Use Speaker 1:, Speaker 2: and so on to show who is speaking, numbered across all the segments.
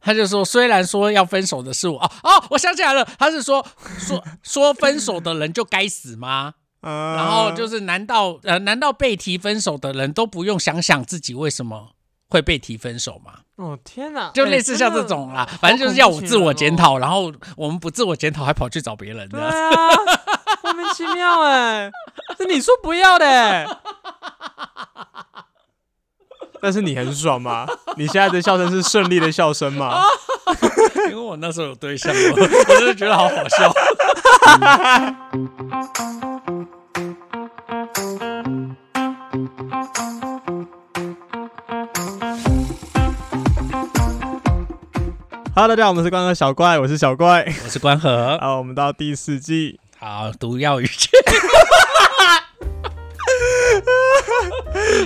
Speaker 1: 他就说，虽然说要分手的是我，哦哦，我想起来了，他是说说说分手的人就该死吗？
Speaker 2: 嗯
Speaker 1: 然后就是，难道呃，难道被提分手的人都不用想想自己为什么会被提分手吗？
Speaker 2: 哦天哪，
Speaker 1: 就
Speaker 2: 哎
Speaker 1: 类似像这种啦，反正就是要我自我检。讨，然后我们不自我检讨，还跑去找别人
Speaker 2: 真
Speaker 1: 的
Speaker 2: 的。好恐怖情人哦对啊，莫名其妙哎，是你说不要的欸。 但是你很爽吗？你现在的笑声是胜利的笑声吗？
Speaker 1: 因为我那时候有对象，我我真的觉得好好笑。
Speaker 2: Hello，大家好，我们是关哥小怪，我是小怪。
Speaker 1: 我是关河，
Speaker 2: 好，我们到第四季，
Speaker 1: 好，毒药与剑，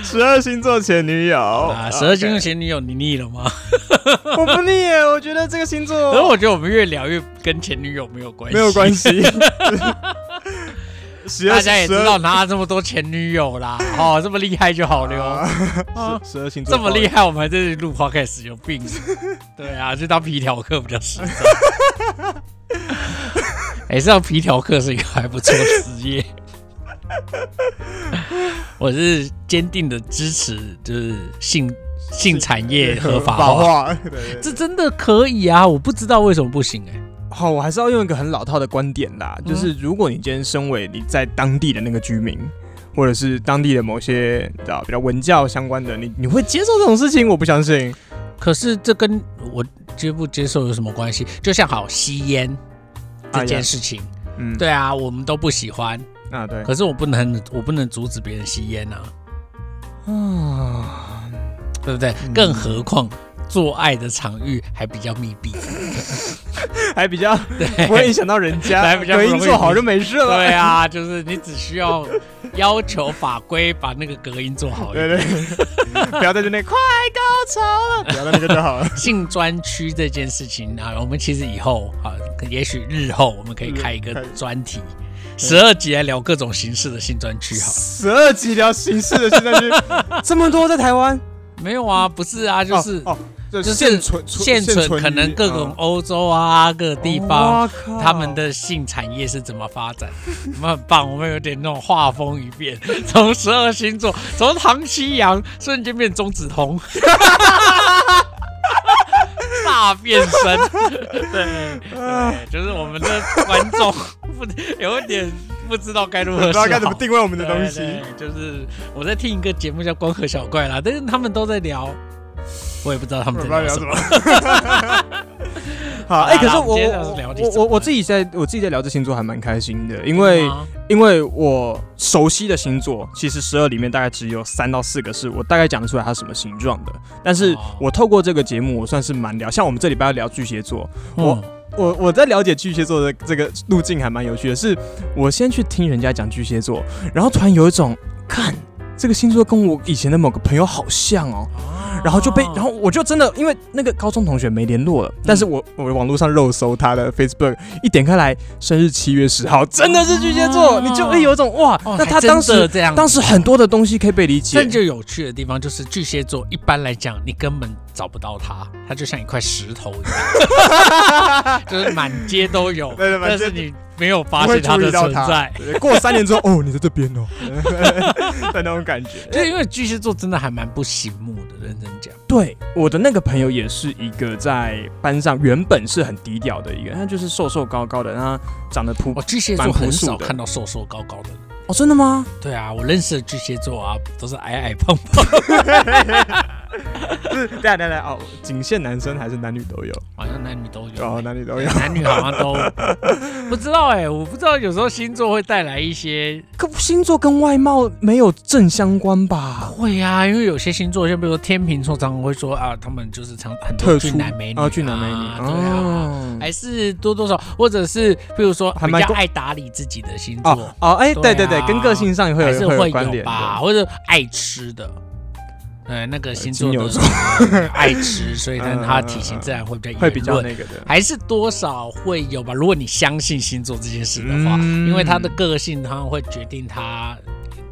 Speaker 2: 十二星座前女友
Speaker 1: 啊，十二星座前女友，你腻了吗？
Speaker 2: OK 我不腻耶，我觉得这个星
Speaker 1: 可是
Speaker 2: 座
Speaker 1: 我觉得我们越聊越跟前女友没有关系，
Speaker 2: 没有 关。系。十
Speaker 1: 大
Speaker 2: 二
Speaker 1: 家也知
Speaker 2: 十二
Speaker 1: 道哪有这么多前女友啦， 哦，这么厉害就好了。
Speaker 2: 啊，十十二星座
Speaker 1: 这么厉
Speaker 2: 害，
Speaker 1: 害，我们还在这里录 podcast 有 病是不是？对啊，去当皮条客比较实在。 哎、欸，这样皮条客是一个还不错的职 业。我是坚定的支持，就是性性产业合法化。
Speaker 2: 化。对对
Speaker 1: 这真的可以啊！我不知道为什么不行哎、
Speaker 2: 好，我还是要用一个很老套的观点啦，就是如果你今天身为你在当地的那个居民，或者是当地的某些你知道比较文教相关的，你你会接受这种事情？我不相信。
Speaker 1: 可是这跟我接不接受有什么关系？就像好吸烟这
Speaker 2: 哎呀
Speaker 1: 件事情，
Speaker 2: 嗯，
Speaker 1: 对啊，我们都不喜欢，
Speaker 2: 啊，对
Speaker 1: 可是我不能，我不能阻止别人吸烟啊，
Speaker 2: 啊，
Speaker 1: 对不对？
Speaker 2: 嗯
Speaker 1: 更何况做爱的场域还比较密 闭，
Speaker 2: 还比较不会
Speaker 1: 对，
Speaker 2: 影响到人 家，
Speaker 1: 还比较不
Speaker 2: 隔
Speaker 1: 容易
Speaker 2: 音做好就没事了。
Speaker 1: 对啊，就是你只需要要求法规把那个隔音做好一点。
Speaker 2: 对对， 不要在这里快高潮了，不要在那个就好了。
Speaker 1: 性专区这件事情啊，我们其实以后啊，也许日后我们可以开
Speaker 2: 嗯
Speaker 1: 一个专题，十二集来聊各种形式的性专区好了。
Speaker 2: 十二集聊刑事的现在是这么多在台湾，
Speaker 1: 没有啊，不是啊，就是
Speaker 2: 哦，哦就
Speaker 1: 就是
Speaker 2: 现存哦
Speaker 1: 现存可能各种欧洲啊，各个地方。他们
Speaker 2: 的
Speaker 1: 的性产业是怎么发展？ 我们很棒，我们有点那种画风一变， 从十二星座，从唐七阳瞬间变中指通， 大变身。 对，对，就是我们的观众 不有一点不知道该如
Speaker 2: 不
Speaker 1: 何
Speaker 2: 知
Speaker 1: 是
Speaker 2: 道
Speaker 1: 好。
Speaker 2: 该怎么定位我们的东西。
Speaker 1: 对对就是我在听一个节目叫《光和小怪》啦，但是他们都在聊，我也不知道他
Speaker 2: 我
Speaker 1: 们在
Speaker 2: 不知道
Speaker 1: 聊
Speaker 2: 聊
Speaker 1: 什
Speaker 2: 什
Speaker 1: 么。
Speaker 2: 么。好，哎、
Speaker 1: 好啦
Speaker 2: 可是
Speaker 1: 我们今天
Speaker 2: 我
Speaker 1: 是聊
Speaker 2: 我
Speaker 1: 第
Speaker 2: 我
Speaker 1: 三
Speaker 2: 我
Speaker 1: 嘛
Speaker 2: 我自己在我自己在聊这星座还蛮开心的，因为
Speaker 1: 吗
Speaker 2: 因为我熟悉的星座，其实十二里面大概只有三到四个是我大概讲得出来它什么形状的。但是
Speaker 1: 哦
Speaker 2: 我透过这个节目，我算是蛮了，像我们这礼拜要聊巨蟹座，我
Speaker 1: 嗯
Speaker 2: 我我在了解巨蟹座的这个路径还蛮有趣的，是我先去听人家讲巨蟹座，然后突然有一种看这个星座跟我以前的某个朋友好像哦，
Speaker 1: 啊
Speaker 2: 然后就被，然后我就真的因为那个高中同学没联络了，但是
Speaker 1: 嗯
Speaker 2: 我我网络上肉搜他的 Facebook，一点开来生日七月十号，真的是巨蟹座，
Speaker 1: 哦
Speaker 2: 你就会有一种哇
Speaker 1: 哦，
Speaker 2: 那
Speaker 1: 还
Speaker 2: 他
Speaker 1: 真
Speaker 2: 当
Speaker 1: 的
Speaker 2: 时
Speaker 1: 这样，
Speaker 2: 当时很多的东西可以被理
Speaker 1: 这
Speaker 2: 解，
Speaker 1: 就有趣的地方就是巨蟹座，一般来讲你根本找不到它，它就像一块石头一样， 就是满街都有，
Speaker 2: 对对满街
Speaker 1: 但是你没有发现它
Speaker 2: 不会
Speaker 1: 的
Speaker 2: 注意到
Speaker 1: 存
Speaker 2: 它
Speaker 1: 在。
Speaker 2: 对过了三年之后，哦，你在这边哦， 的那种 感觉。
Speaker 1: 就因为巨蟹座真的还蛮不醒目的，认真讲，
Speaker 2: 对，我的那个朋友也是一个在班上原本是很低调的一个，他就是瘦瘦高高的，他长得普
Speaker 1: 我巨蟹座
Speaker 2: 蛮朴
Speaker 1: 很
Speaker 2: 素
Speaker 1: 少
Speaker 2: 的
Speaker 1: 看到瘦瘦高高的人。
Speaker 2: 哦，真的吗？
Speaker 1: 对啊，我认识的巨蟹座啊，都是矮矮胖胖
Speaker 2: 是，来来来哦，仅限男生还是男女都有？
Speaker 1: 好像男女都有、
Speaker 2: 哦，男女都
Speaker 1: 对
Speaker 2: 有。
Speaker 1: 男女好像都不知道哎、我不知道有时候星座会带来一些
Speaker 2: 可星座跟外貌没有正相关吧？
Speaker 1: 会啊，因为有些星座，像比如说天秤座，常常会说啊，他们就是常很多
Speaker 2: 特殊
Speaker 1: 俊男美女
Speaker 2: 啊，俊男美女，
Speaker 1: 对啊，
Speaker 2: 哦
Speaker 1: 还是多多少，或者是比如说
Speaker 2: 还
Speaker 1: 比
Speaker 2: 蛮
Speaker 1: 较
Speaker 2: 多
Speaker 1: 爱打理自己的星座，
Speaker 2: 哦哦，哎，对对对
Speaker 1: 对啊，
Speaker 2: 跟个性上会
Speaker 1: 还
Speaker 2: 有
Speaker 1: 是
Speaker 2: 会
Speaker 1: 会
Speaker 2: 有关
Speaker 1: 有
Speaker 2: 联的。
Speaker 1: 吧，或者爱吃的。呃，那个星座
Speaker 2: 金
Speaker 1: 的
Speaker 2: 牛座
Speaker 1: 爱吃，所以呢，
Speaker 2: 嗯
Speaker 1: 他
Speaker 2: 嗯
Speaker 1: 体型
Speaker 2: 嗯
Speaker 1: 自然会比较
Speaker 2: 会比较
Speaker 1: 圆润
Speaker 2: 那个的，
Speaker 1: 还是多少会有吧。如果你相信星座这件事的话，
Speaker 2: 嗯
Speaker 1: 因为他的个性，他会决定他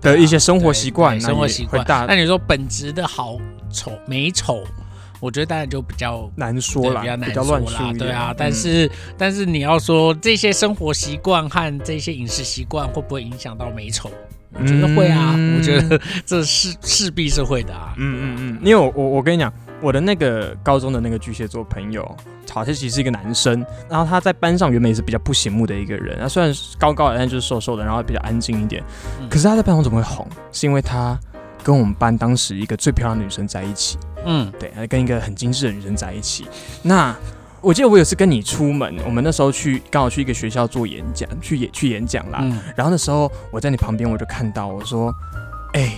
Speaker 2: 的一些生活习惯
Speaker 1: 对
Speaker 2: 啊，
Speaker 1: 生活
Speaker 2: 也
Speaker 1: 习
Speaker 2: 会
Speaker 1: 惯。
Speaker 2: 大
Speaker 1: 那你说本质的好丑美丑，我我觉得当然就比较
Speaker 2: 难说
Speaker 1: 对
Speaker 2: 啦，
Speaker 1: 比较难
Speaker 2: 乱
Speaker 1: 说啦
Speaker 2: 说，
Speaker 1: 对啊。但是、但是你要说这些生活习惯和这些饮食习惯会不会影响到美丑？我觉得会啊，
Speaker 2: 嗯
Speaker 1: 我觉得这是势必是会的啊。
Speaker 2: 嗯嗯嗯，因为我我我跟你讲，我的那个高中的那个巨蟹座朋友，好像其实是一个男生，然后他在班上原本也是比较不醒目的一个人，他虽然是高高的，但就是瘦瘦的，然后比较安静一点，
Speaker 1: 嗯
Speaker 2: 可是他在班上怎么会红？是因为他跟我们班当时一个最漂亮的女生在一起，
Speaker 1: 嗯
Speaker 2: 对，他跟一个很精致的女生在一起。那我记得我有次跟你出门，我们那时候去刚好去一个学校做演讲，去演去演讲啦，
Speaker 1: 嗯，
Speaker 2: 然后那时候我在你旁边，我就看到我说：“哎、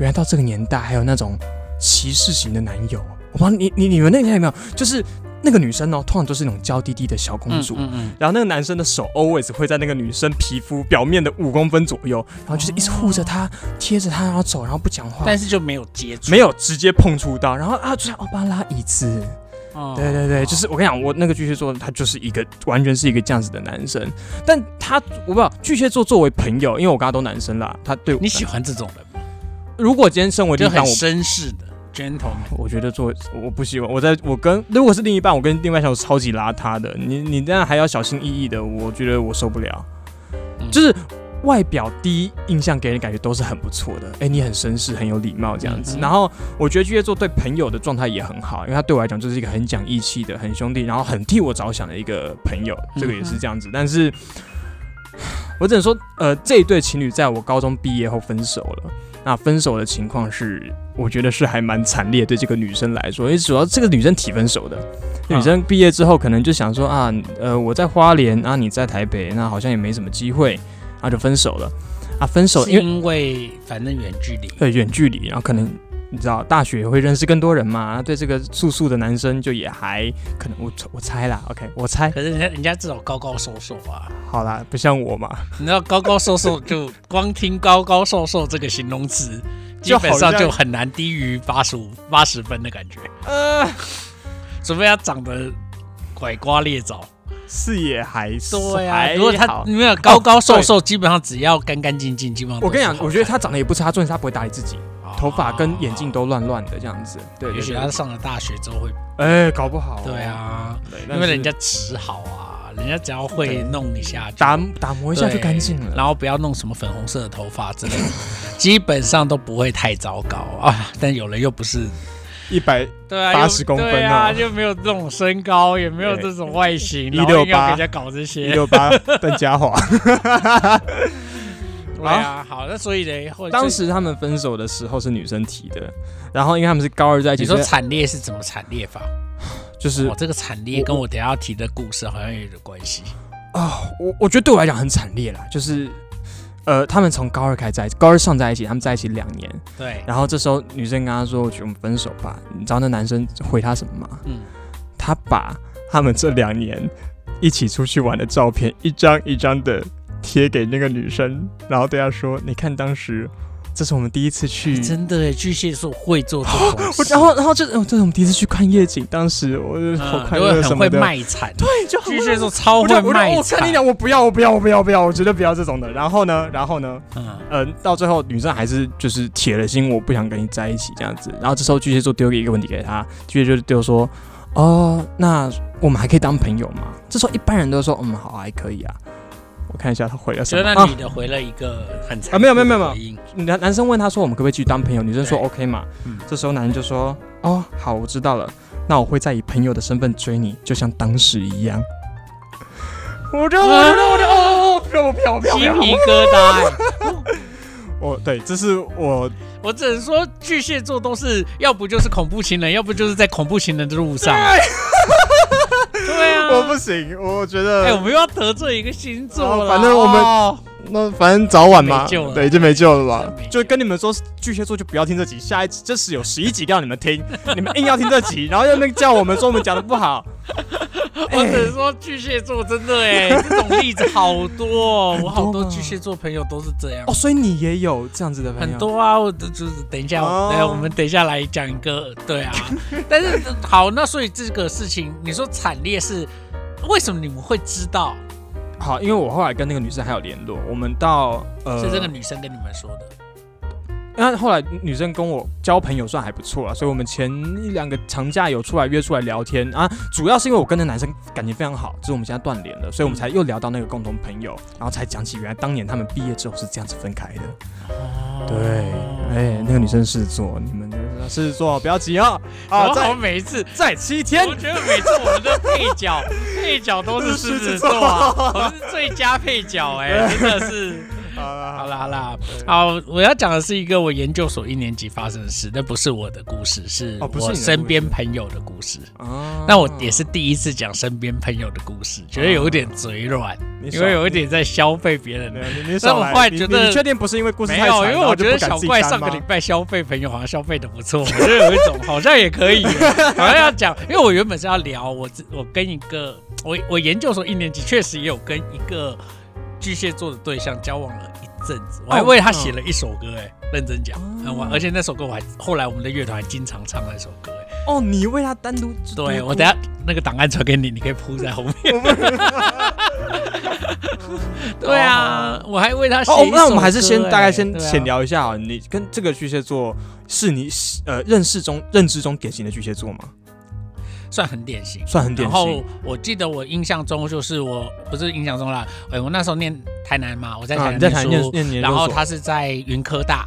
Speaker 2: 原来到这个年代还有那种歧视型的男友。”我不知道你你你们那天有没有？就是那个女生哦，通常都是那种娇滴滴的小公主。
Speaker 1: 嗯嗯
Speaker 2: 然后那个男生的手 always 会在那个女生皮肤表面的五公分左右，然后就是一直护着她，贴着她，然后走，然后不讲话，
Speaker 1: 哦但是就没有接触，
Speaker 2: 没有直接碰触到，然后啊，就是奥巴拉椅子，
Speaker 1: 哦
Speaker 2: 对对对，就是我跟你讲，我那个巨蟹座他就是一个完全是一个这样子的男生，但他我不知道巨蟹座作为朋友，因为我跟他都男生啦，他对我
Speaker 1: 你喜欢这种人吗，
Speaker 2: 如果今天身为
Speaker 1: 就
Speaker 2: 另一半，
Speaker 1: 很
Speaker 2: 我
Speaker 1: 绅士的 gentleman。
Speaker 2: 我觉得做我不喜欢，我在我跟如果是另一半，我跟另外一半我超级邋遢的，你你这样还要小心翼翼的，我觉得我受不了，
Speaker 1: 嗯
Speaker 2: 就是。外表第一印象给人感觉都是很不错的，哎、你很绅士，很有礼貌这样子。
Speaker 1: 嗯哼
Speaker 2: 然后我觉得巨蟹座对朋友的状态也很好，因为他对我来讲就是一个很讲义气的、很兄弟，然后很替我着想的一个朋友，
Speaker 1: 嗯
Speaker 2: 这个也是这样子。但是 我只能说，呃，这一对情侣在我高中毕业后分手了。那分手的情况是，我觉得是还蛮惨烈，对这个女生来说，因为主要这个女生提分手的。
Speaker 1: 啊
Speaker 2: 女生毕业之后可能就想说啊，呃，我在花莲，啊你在台北，那好像也没什么机会，啊就分手了。啊，分手
Speaker 1: 是
Speaker 2: 因为
Speaker 1: 因为反正远距离，
Speaker 2: 对远距离，然后可能你知道大学会认识更多人嘛，啊那对这个素素的男生就也还可能我我猜啦，OK，我猜
Speaker 1: 可是人家人家这种高高瘦瘦啊，
Speaker 2: 好啦，不像我嘛，
Speaker 1: 你知道高高瘦瘦就光听高高瘦瘦这个形容词，基
Speaker 2: 就好
Speaker 1: 本上
Speaker 2: 像
Speaker 1: 就很难低于八十五八十分的感觉，
Speaker 2: 呃，
Speaker 1: 除非他长得拐瓜裂枣。
Speaker 2: 是也还是
Speaker 1: 对啊，
Speaker 2: 还
Speaker 1: 如果他
Speaker 2: 好
Speaker 1: 没有高高瘦瘦，基本上只要干干净净，基本上都
Speaker 2: 我跟你
Speaker 1: 是
Speaker 2: 讲，
Speaker 1: 好
Speaker 2: 我觉得他长得也不差，重点是他不会打理自己，
Speaker 1: 看
Speaker 2: 头发跟眼镜。都乱乱的这样子。对
Speaker 1: 也
Speaker 2: 对
Speaker 1: 许
Speaker 2: 对，
Speaker 1: 他上了大学之后会，
Speaker 2: 哎，搞不好。
Speaker 1: 对，啊，
Speaker 2: 对但
Speaker 1: 因为
Speaker 2: 是
Speaker 1: 人家只好啊，人家只要会
Speaker 2: 对
Speaker 1: 弄一下就
Speaker 2: 打打磨一下就
Speaker 1: 对
Speaker 2: 干净了。
Speaker 1: 然后不要弄什么粉红色的头发之类的，基本上都不会太糟糕啊。 但有人又不是，
Speaker 2: 一百
Speaker 1: 对啊，
Speaker 2: 80
Speaker 1: 又
Speaker 2: 公分哦
Speaker 1: 对啊，就没有这种身高，也没有
Speaker 2: 对
Speaker 1: 这种外形，
Speaker 2: 168
Speaker 1: 然后硬要给人家搞这些，
Speaker 2: 六八 邓家华，
Speaker 1: 对啊，好，那所以呢，或者
Speaker 2: 当时他们分手的时候是女生提的，然后因为他们是高二在一起，
Speaker 1: 你说
Speaker 2: 所以
Speaker 1: 惨烈是怎么惨烈法？
Speaker 2: 就是
Speaker 1: 我这个惨哦烈跟我等一下要提的故事好像有点关系。
Speaker 2: 啊，我我觉得对我来讲很惨烈啦，就是呃，他们从高二开始在一起，高二上在一起，他们在一起两年，
Speaker 1: 对，
Speaker 2: 然后这时候女生跟他说：“我觉得我们分手吧。”你知道那男生回他什么吗？
Speaker 1: 嗯，
Speaker 2: 他把他们这两年一起出去玩的照片一张一张的贴给那个女生，然后对她说：“你看当时，这是我们第一次去。
Speaker 1: 哎真的耶，巨蟹座会做这种
Speaker 2: 我
Speaker 1: 事，
Speaker 2: 然后，然后就，哦这是我们第一次去看夜景。当时我就好
Speaker 1: 嗯
Speaker 2: 快
Speaker 1: 都会
Speaker 2: 乐什
Speaker 1: 很
Speaker 2: 么
Speaker 1: 会
Speaker 2: 的，
Speaker 1: 卖惨，
Speaker 2: 对，就很
Speaker 1: 巨
Speaker 2: 会
Speaker 1: 蟹座超
Speaker 2: 我就
Speaker 1: 会
Speaker 2: 我就
Speaker 1: 卖
Speaker 2: 我跟
Speaker 1: 惨
Speaker 2: 你。讲，我不要，我不要，我不要，我不要，我绝对不要这种的。然后呢，然后呢，
Speaker 1: 嗯，
Speaker 2: 嗯、到最后女生还是就是铁了心，我不想跟你在一起这样子。然后这时候巨蟹座丢一个问题给他，巨蟹座丢说，哦，那我们还可以当朋友吗？这时候一般人都说，嗯，好啊，还可以啊。我看一下他回了什
Speaker 1: 所以
Speaker 2: 么
Speaker 1: 那
Speaker 2: 啊？
Speaker 1: 女的回了一个很残
Speaker 2: 啊没有没有没有
Speaker 1: 酷的回应
Speaker 2: 男男生问他说，我们可不可以继续当朋友？女生说
Speaker 1: 对
Speaker 2: OK 嘛。
Speaker 1: 嗯
Speaker 2: 这时候男人就说，哦，好，我知道了，那我会再以朋友的身份追你，就像当时一样。我就我就我就哦哦，飘飘飘
Speaker 1: 鸡
Speaker 2: 飘！
Speaker 1: 皮疙瘩、
Speaker 2: 我对，这是我
Speaker 1: 我只能说，巨蟹座都是要不就是恐怖情人，要不就是在恐怖情人的路上。对啊，
Speaker 2: 哎我不行，我觉得，
Speaker 1: 哎、我们又要得罪一个星座
Speaker 2: 哦
Speaker 1: 了。
Speaker 2: 反正我们
Speaker 1: 哦
Speaker 2: 那反正早晚嘛
Speaker 1: 没救，了
Speaker 2: 对，就没救了吧
Speaker 1: 真没？救
Speaker 2: 就跟你们说，巨蟹座就不要听这集，下一集这是有十一集要你们听， 你们硬要听这集，然后又那个叫我们说我们讲的不好， 哎
Speaker 1: 我只能说，巨蟹座真的哎、这种例子好多、哦，我好多巨蟹座朋友都是这样
Speaker 2: 哦，。所以你也有这样子的朋友，
Speaker 1: 很多啊，我就就是等一下，
Speaker 2: 哦
Speaker 1: 对，我们等一下来讲一个，对啊。 但是好，那所以这个事情，你说惨烈是为什么你们会知道？
Speaker 2: 好，因为我后来跟那个女生还有联络，我们到呃，
Speaker 1: 是这个女生跟你们说的。
Speaker 2: 那后来女生跟我交朋友算还不错了，所以我们前一两个长假有出来约出来聊天啊，主要是因为我跟那男生感情非常好，只是我们现在断联了，所以我们才又聊到那个共同朋友，然后才讲起原来当年他们毕业之后是这样子分开的。对，
Speaker 1: 哦
Speaker 2: 哎、那个女生是做，你们就是狮子座不要急哦，
Speaker 1: 然
Speaker 2: 啊，
Speaker 1: 后
Speaker 2: 再
Speaker 1: 每一次，
Speaker 2: 再七天
Speaker 1: 我，觉得每次我们的配角 配角都是狮子座啊，我们是最佳配角 哎，真的是。
Speaker 2: 好了
Speaker 1: 好啦好啦，好，我要讲的是一个我研究所一年级发生的事，那不是我的故事，是
Speaker 2: 哦不是你的
Speaker 1: 我
Speaker 2: 故事
Speaker 1: 身边朋友的故事。
Speaker 2: 啊
Speaker 1: 那我也是第一次讲身边朋友的故
Speaker 2: 嗯
Speaker 1: 事，觉得有一点嘴软，
Speaker 2: 你
Speaker 1: 因
Speaker 2: 少
Speaker 1: 为有一点在消费别人
Speaker 2: 没。有嗯你你
Speaker 1: 但
Speaker 2: 少
Speaker 1: 我
Speaker 2: 来
Speaker 1: 后来
Speaker 2: 你
Speaker 1: 觉
Speaker 2: 你
Speaker 1: 得
Speaker 2: 你确定不是因为故事
Speaker 1: 没
Speaker 2: 太
Speaker 1: 有，
Speaker 2: 长
Speaker 1: 因为
Speaker 2: 然后
Speaker 1: 我
Speaker 2: 就
Speaker 1: 觉得
Speaker 2: 不敢
Speaker 1: 小
Speaker 2: 自己
Speaker 1: 怪
Speaker 2: 担
Speaker 1: 上个
Speaker 2: 吗
Speaker 1: 礼拜消费朋友好像消费的不错，我觉得有一种好像也可以耶，好像要讲，因为我原本是要聊我自我跟一个我我研究所一年级确实也有跟一个巨蟹座的对象交往了一阵子，我还
Speaker 2: 哦
Speaker 1: 为他
Speaker 2: 嗯哦
Speaker 1: 写了一首歌哎，认真讲，很玩，而且那首歌我还后来我们的乐团还经常唱那首歌哎，
Speaker 2: 哦，你为他单独
Speaker 1: 对我等下那个档案传给你，你可以铺在后面。 对啊，我还为他写
Speaker 2: 哦
Speaker 1: 一首，歌哎。
Speaker 2: 那我们还是先大概先
Speaker 1: 对啊
Speaker 2: 浅聊一下啊，你跟这个巨蟹座是你呃认识中认知中典型的巨蟹座吗？
Speaker 1: 算很典型。
Speaker 2: 算很典
Speaker 1: 然后
Speaker 2: 型。
Speaker 1: 我记得我印象中就是我不是印象中啦，哎，我那时候念台南嘛，我在
Speaker 2: 啊
Speaker 1: 台
Speaker 2: 你在
Speaker 1: 南
Speaker 2: 谈
Speaker 1: 念
Speaker 2: 念
Speaker 1: 书，
Speaker 2: 念研究
Speaker 1: 然后
Speaker 2: 所
Speaker 1: 他是在云科大，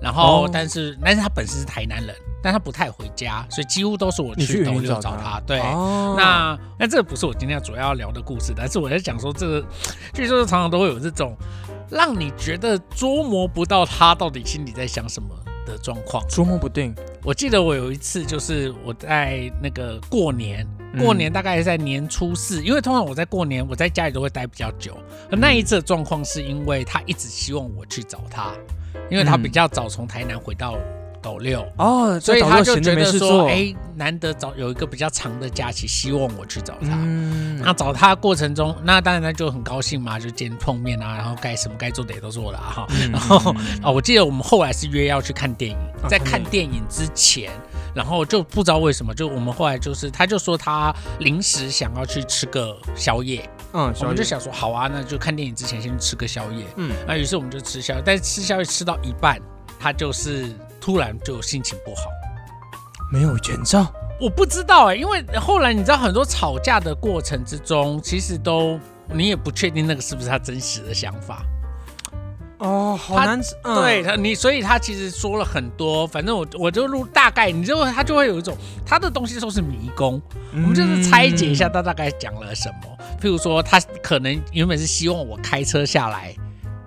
Speaker 1: 然后
Speaker 2: 哦
Speaker 1: 但是、但是他本身是台南人，但他不太回家，所以几乎都是我
Speaker 2: 你去
Speaker 1: 去的
Speaker 2: 云
Speaker 1: 我
Speaker 2: 林
Speaker 1: 就
Speaker 2: 找
Speaker 1: 找
Speaker 2: 他
Speaker 1: 他。对，
Speaker 2: 哦
Speaker 1: 那那这不是我今天主要要聊的故事，但是我在讲说这个， 据说常常都会有这种让你觉得捉摸不到他到底心里在想什么的状况。
Speaker 2: 捉摸不定，
Speaker 1: 我记得我有一次就是我在那个过年，
Speaker 2: 嗯
Speaker 1: 过年大概在年初四，因为通常我在过年我在家里都会待比较久。可那一次的状况是因为他一直希望我去找他，因为他
Speaker 2: 嗯
Speaker 1: 比较早从台南回到斗六。
Speaker 2: 哦，
Speaker 1: 所以
Speaker 2: 在
Speaker 1: 他
Speaker 2: 岛
Speaker 1: 就
Speaker 2: 上闲
Speaker 1: 觉
Speaker 2: 着没
Speaker 1: 得
Speaker 2: 事
Speaker 1: 说，
Speaker 2: 做，
Speaker 1: 哎、难得找有一个比较长的假期，希望我去找他。
Speaker 2: 嗯
Speaker 1: 那找他的过程中，那当然他就很高兴嘛，就见碰面啊，然后该什么该做的也都做了啊哈。
Speaker 2: 嗯
Speaker 1: 然后啊，我记得我们后来是约要去看电影，
Speaker 2: 啊
Speaker 1: 在看电影之前，然后就不知道为什么，就我们后来就是，他就说他临时想要去吃个宵夜，
Speaker 2: 嗯，
Speaker 1: 我
Speaker 2: 小
Speaker 1: 们就
Speaker 2: 野，
Speaker 1: 想说好啊，那就看电影之前先吃个宵夜。
Speaker 2: 嗯，
Speaker 1: 那于是我们就吃宵夜，但是吃宵夜吃到一半，他就是突然就心情不好。
Speaker 2: 没有前兆，
Speaker 1: 我不知道哎、因为后来你知道很多吵架的过程之中，其实都你也不确定那个是不是他真实的想法。
Speaker 2: 哦，好
Speaker 1: 他
Speaker 2: 难，嗯
Speaker 1: 对，他，你所以他其实说了很多，反正我我就录大概，你就他就会有一种他的东西都是迷宫，
Speaker 2: 嗯
Speaker 1: 我们就是拆解一下他大概讲了什么。譬如说，他可能原本是希望我开车下来，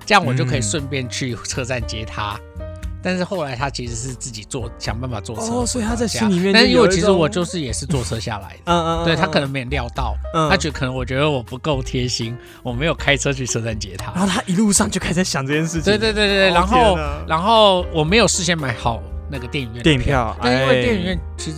Speaker 1: 这样我就可以
Speaker 2: 嗯
Speaker 1: 顺便去车站接他。但是后来他其实是自己坐，想办法坐车回到家。
Speaker 2: 哦，所以他在心里面，
Speaker 1: 但是因为其实我就，是也是坐车下来的。
Speaker 2: 嗯嗯，嗯
Speaker 1: 对他可，
Speaker 2: 嗯
Speaker 1: 能没料到，
Speaker 2: 嗯
Speaker 1: 他觉得可能我觉得我不够贴心，我没有开车去车站接
Speaker 2: 然
Speaker 1: 他。
Speaker 2: 后他一路上就开始在想这件事情，
Speaker 1: 对对对对，
Speaker 2: 啊哦
Speaker 1: 然
Speaker 2: 天
Speaker 1: 后
Speaker 2: 哪
Speaker 1: 然后我没有事先买好那个电影院的
Speaker 2: 电影，票，
Speaker 1: 但因
Speaker 2: 哎
Speaker 1: 为电影院其实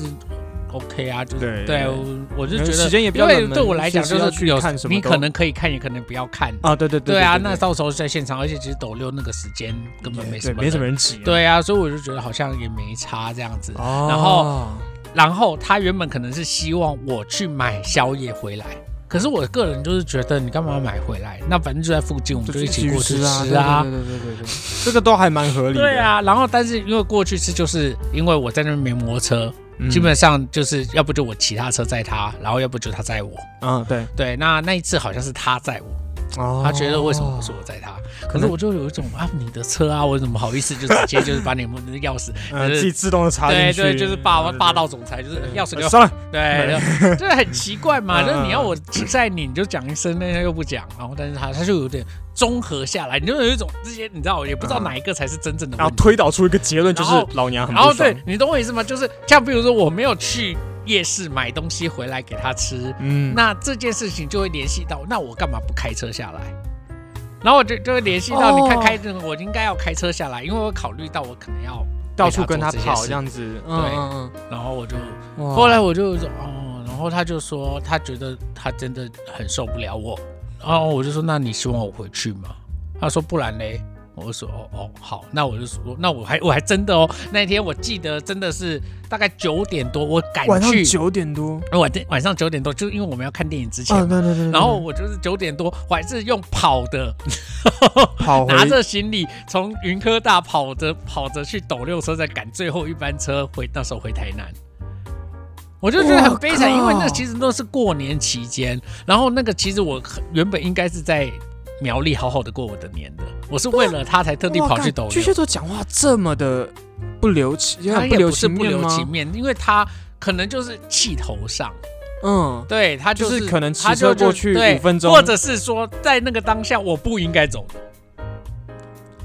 Speaker 1: OK 啊，就
Speaker 2: 对
Speaker 1: 是
Speaker 2: 对
Speaker 1: 对，我我就觉得
Speaker 2: 时间也比
Speaker 1: 因
Speaker 2: 较冷
Speaker 1: 为
Speaker 2: 门
Speaker 1: 对我来讲
Speaker 2: 随时要
Speaker 1: 就是
Speaker 2: 去
Speaker 1: 有
Speaker 2: 看什么
Speaker 1: 你
Speaker 2: 都
Speaker 1: 可能可以看，也可能不要看。
Speaker 2: 啊，对对
Speaker 1: 对啊，那
Speaker 2: 对
Speaker 1: 到时候在现场，而且其实抖六那个时间根本没什
Speaker 2: 对
Speaker 1: 么
Speaker 2: 没什么
Speaker 1: 人。
Speaker 2: 人挤，
Speaker 1: 对啊，所以我就觉得好像也没差这样子。
Speaker 2: 哦，
Speaker 1: 然后然后他原本可能是希望我去买宵夜回来，可是我个人就是觉得你干嘛买回来？那反正就在附近，我们就一起过去吃啊。
Speaker 2: 对对对对对，这个都还蛮合理的。
Speaker 1: 对，啊，然后但是因为过去吃，就是因为我在那边没摩托车，
Speaker 2: 嗯
Speaker 1: 基本上就是要不就我骑他车载他，然后要不就他载我。
Speaker 2: 嗯对，
Speaker 1: 对，那那一次好像是他载我，
Speaker 2: 哦
Speaker 1: 他觉得为什么不是我载他？可是我就有一种啊，你的车啊，我怎么好意思就直接就是把你们的钥匙，
Speaker 2: 呃
Speaker 1: 就
Speaker 2: 自己
Speaker 1: 是
Speaker 2: 自动的插
Speaker 1: 对
Speaker 2: 进去，
Speaker 1: 对，就是霸王霸
Speaker 2: 道
Speaker 1: 道总裁，就是钥匙给我
Speaker 2: 算了，
Speaker 1: 对，就就是很奇怪嘛，
Speaker 2: 嗯
Speaker 1: 就是你要我在你，你就讲一声，那他又不讲，然后但是他他就有点综合下来，你就有一种这些，你知道，也不知道哪一个才是真正的
Speaker 2: 嗯然后
Speaker 1: 问题。
Speaker 2: 推导出一个结论，就是
Speaker 1: 然后
Speaker 2: 老娘很
Speaker 1: 然
Speaker 2: 不
Speaker 1: 后
Speaker 2: 爽
Speaker 1: 对，你懂我意思吗？就是像比如说我没有去夜市买东西回来给他吃，
Speaker 2: 嗯，
Speaker 1: 那这件事情就会联系到，那我干嘛不开车下来？然后我就就会联系到，
Speaker 2: 哦
Speaker 1: 你看开这个，我应该要开车下来，因为我考虑到我可能要
Speaker 2: 到处跟他
Speaker 1: 为做
Speaker 2: 跑
Speaker 1: 这
Speaker 2: 这
Speaker 1: 些事，
Speaker 2: 样子，
Speaker 1: 对
Speaker 2: 嗯，嗯
Speaker 1: 然后我就
Speaker 2: 嗯哇
Speaker 1: 后来我就说哦，然后他就说他觉得他真的很受不了我，然后我就说那你希望我回去吗？他说不然嘞，我就说哦哦好，那我就说那我还我还真的哦，那一天我记得真的是大概九点多，我赶
Speaker 2: 晚上
Speaker 1: 去，
Speaker 2: 九点多，
Speaker 1: 晚晚上九点多，就因为我们要看电影之前
Speaker 2: 啊，
Speaker 1: 嘛
Speaker 2: 对对对，对
Speaker 1: 然后我就是九点多，我还是用跑的，
Speaker 2: 跑回
Speaker 1: 拿着行李从云科大跑着跑着去斗六车，再赶最后一班车回那时候回台南。我就觉得很悲惨，
Speaker 2: 哇靠
Speaker 1: 因为那其实都是过年期间，然后那个其实我很原本应该是在苗栗好好的过我的年的，我是为了他才特地
Speaker 2: 哇
Speaker 1: 跑去
Speaker 2: 干
Speaker 1: 斗
Speaker 2: 巨
Speaker 1: 六
Speaker 2: 蟹。座讲话这么的不留情，有
Speaker 1: 他
Speaker 2: 点
Speaker 1: 也不
Speaker 2: 留
Speaker 1: 是
Speaker 2: 情
Speaker 1: 不
Speaker 2: 面
Speaker 1: 留
Speaker 2: 吗？
Speaker 1: 情面，因为他可能就是气头上，
Speaker 2: 嗯，
Speaker 1: 对他、
Speaker 2: 就是是可能骑
Speaker 1: 他就
Speaker 2: 车过
Speaker 1: 就
Speaker 2: 去
Speaker 1: 对
Speaker 2: 五分钟
Speaker 1: 或者是说在那个当下我不应该走的。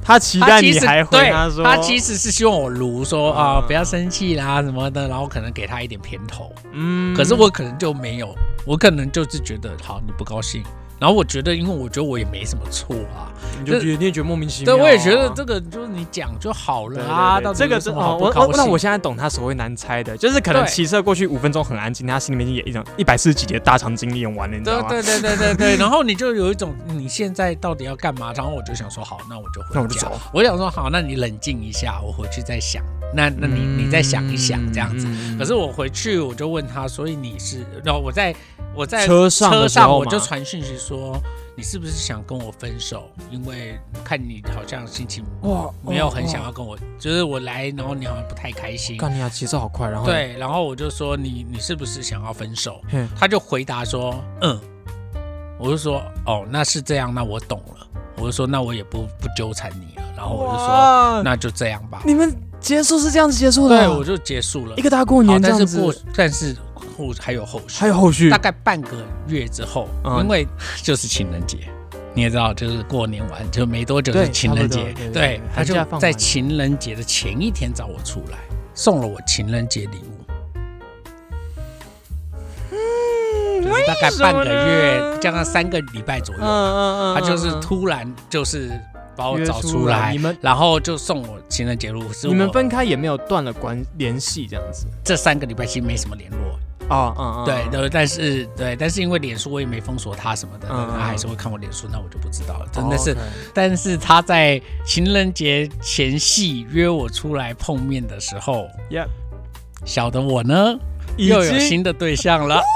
Speaker 2: 他期
Speaker 1: 他
Speaker 2: 待
Speaker 1: 其
Speaker 2: 你
Speaker 1: 实
Speaker 2: 还回
Speaker 1: 对
Speaker 2: 说，
Speaker 1: 他其实是希望我如说啊、
Speaker 2: 嗯
Speaker 1: 不要生气啦什么的，然后可能给他一点甜头。
Speaker 2: 嗯
Speaker 1: 可是我可能就没有，我可能就是觉得好你不高兴，然后我觉得因为我觉得我也没什么错啊，
Speaker 2: 你就觉得你也觉得莫名其
Speaker 1: 对
Speaker 2: 妙啊，
Speaker 1: 我也觉得这个就是你讲就好
Speaker 2: 对
Speaker 1: 了
Speaker 2: 对
Speaker 1: 啊，
Speaker 2: 对
Speaker 1: 到底
Speaker 2: 这个
Speaker 1: 有
Speaker 2: 是
Speaker 1: 什么
Speaker 2: 哦
Speaker 1: 好，不
Speaker 2: 我
Speaker 1: 高
Speaker 2: 我
Speaker 1: 兴
Speaker 2: 那我现在懂他所谓难猜的，就是可能
Speaker 1: 对
Speaker 2: 骑车过去五分钟很安静，他心里面也已经一百四十几节大肠经历用完了，你知
Speaker 1: 对
Speaker 2: 道吗？
Speaker 1: 对对对对对， 然后你就有一种你现在到底要干嘛？然后我就想说，好，那我就回家。
Speaker 2: 那我就走
Speaker 1: 我想说，好，那你冷静一下，我回去再想。那那你、你再想一想这样子。
Speaker 2: 嗯
Speaker 1: 可是我回去我就问他，所以你是，然后我在我在
Speaker 2: 车上的
Speaker 1: 车
Speaker 2: 时候
Speaker 1: 上我
Speaker 2: 嘛
Speaker 1: 就传讯息说，你是不是想跟我分手？因为看你好像心情
Speaker 2: 哇，
Speaker 1: 没有很想
Speaker 2: 要。
Speaker 1: 要跟我，就是我来，然后你好像不太开心。
Speaker 2: 干你啊，节奏好快，然后，
Speaker 1: 对，然后我就说你你是不是想要分手
Speaker 2: 嗯？
Speaker 1: 他就回答说嗯，我就说哦那是这样，那我懂了。我就说那我也不不纠缠你了，然后我就说
Speaker 2: 哇
Speaker 1: 那就这样吧，
Speaker 2: 你们结束是这样子结束的
Speaker 1: 对
Speaker 2: 啊，
Speaker 1: 我就结束了
Speaker 2: 一。个大过
Speaker 1: 好，
Speaker 2: 年这
Speaker 1: 但
Speaker 2: 样
Speaker 1: 是
Speaker 2: 子，
Speaker 1: 过但是后还有后续
Speaker 2: 还，有后续
Speaker 1: 大，概半个月之后，
Speaker 2: 嗯
Speaker 1: 因为就是情人节。你也知道，就是过年完就没多久
Speaker 2: 对
Speaker 1: 是情人节
Speaker 2: 差不多对，
Speaker 1: 对
Speaker 2: 对对，
Speaker 1: 他就
Speaker 2: 寒假放完
Speaker 1: 在情人节的前一天找我出来，送了我情人节礼物。就是大概半个
Speaker 2: 嗯为什么
Speaker 1: 月
Speaker 2: 呢，
Speaker 1: 加上三个礼拜左右，
Speaker 2: 嗯
Speaker 1: 他就是突然就是把我
Speaker 2: 约
Speaker 1: 找
Speaker 2: 出
Speaker 1: 出
Speaker 2: 来
Speaker 1: 来，
Speaker 2: 你们
Speaker 1: 然后就送我情人节礼物。是
Speaker 2: 你们
Speaker 1: 我
Speaker 2: 分开也没有断了关联系这样子
Speaker 1: 这三个礼拜其实没什么联络，
Speaker 2: 啊，嗯嗯，
Speaker 1: 对
Speaker 2: 嗯，
Speaker 1: 对，但是对，但是因为脸书我也没封锁他什么的，
Speaker 2: 嗯
Speaker 1: 他还是会看我脸书，那我就不知道了，真的是。
Speaker 2: 哦，OK
Speaker 1: 但是他在情人节前夕约我出来碰面的时候，
Speaker 2: Yep
Speaker 1: 小的我呢又有新的对象了。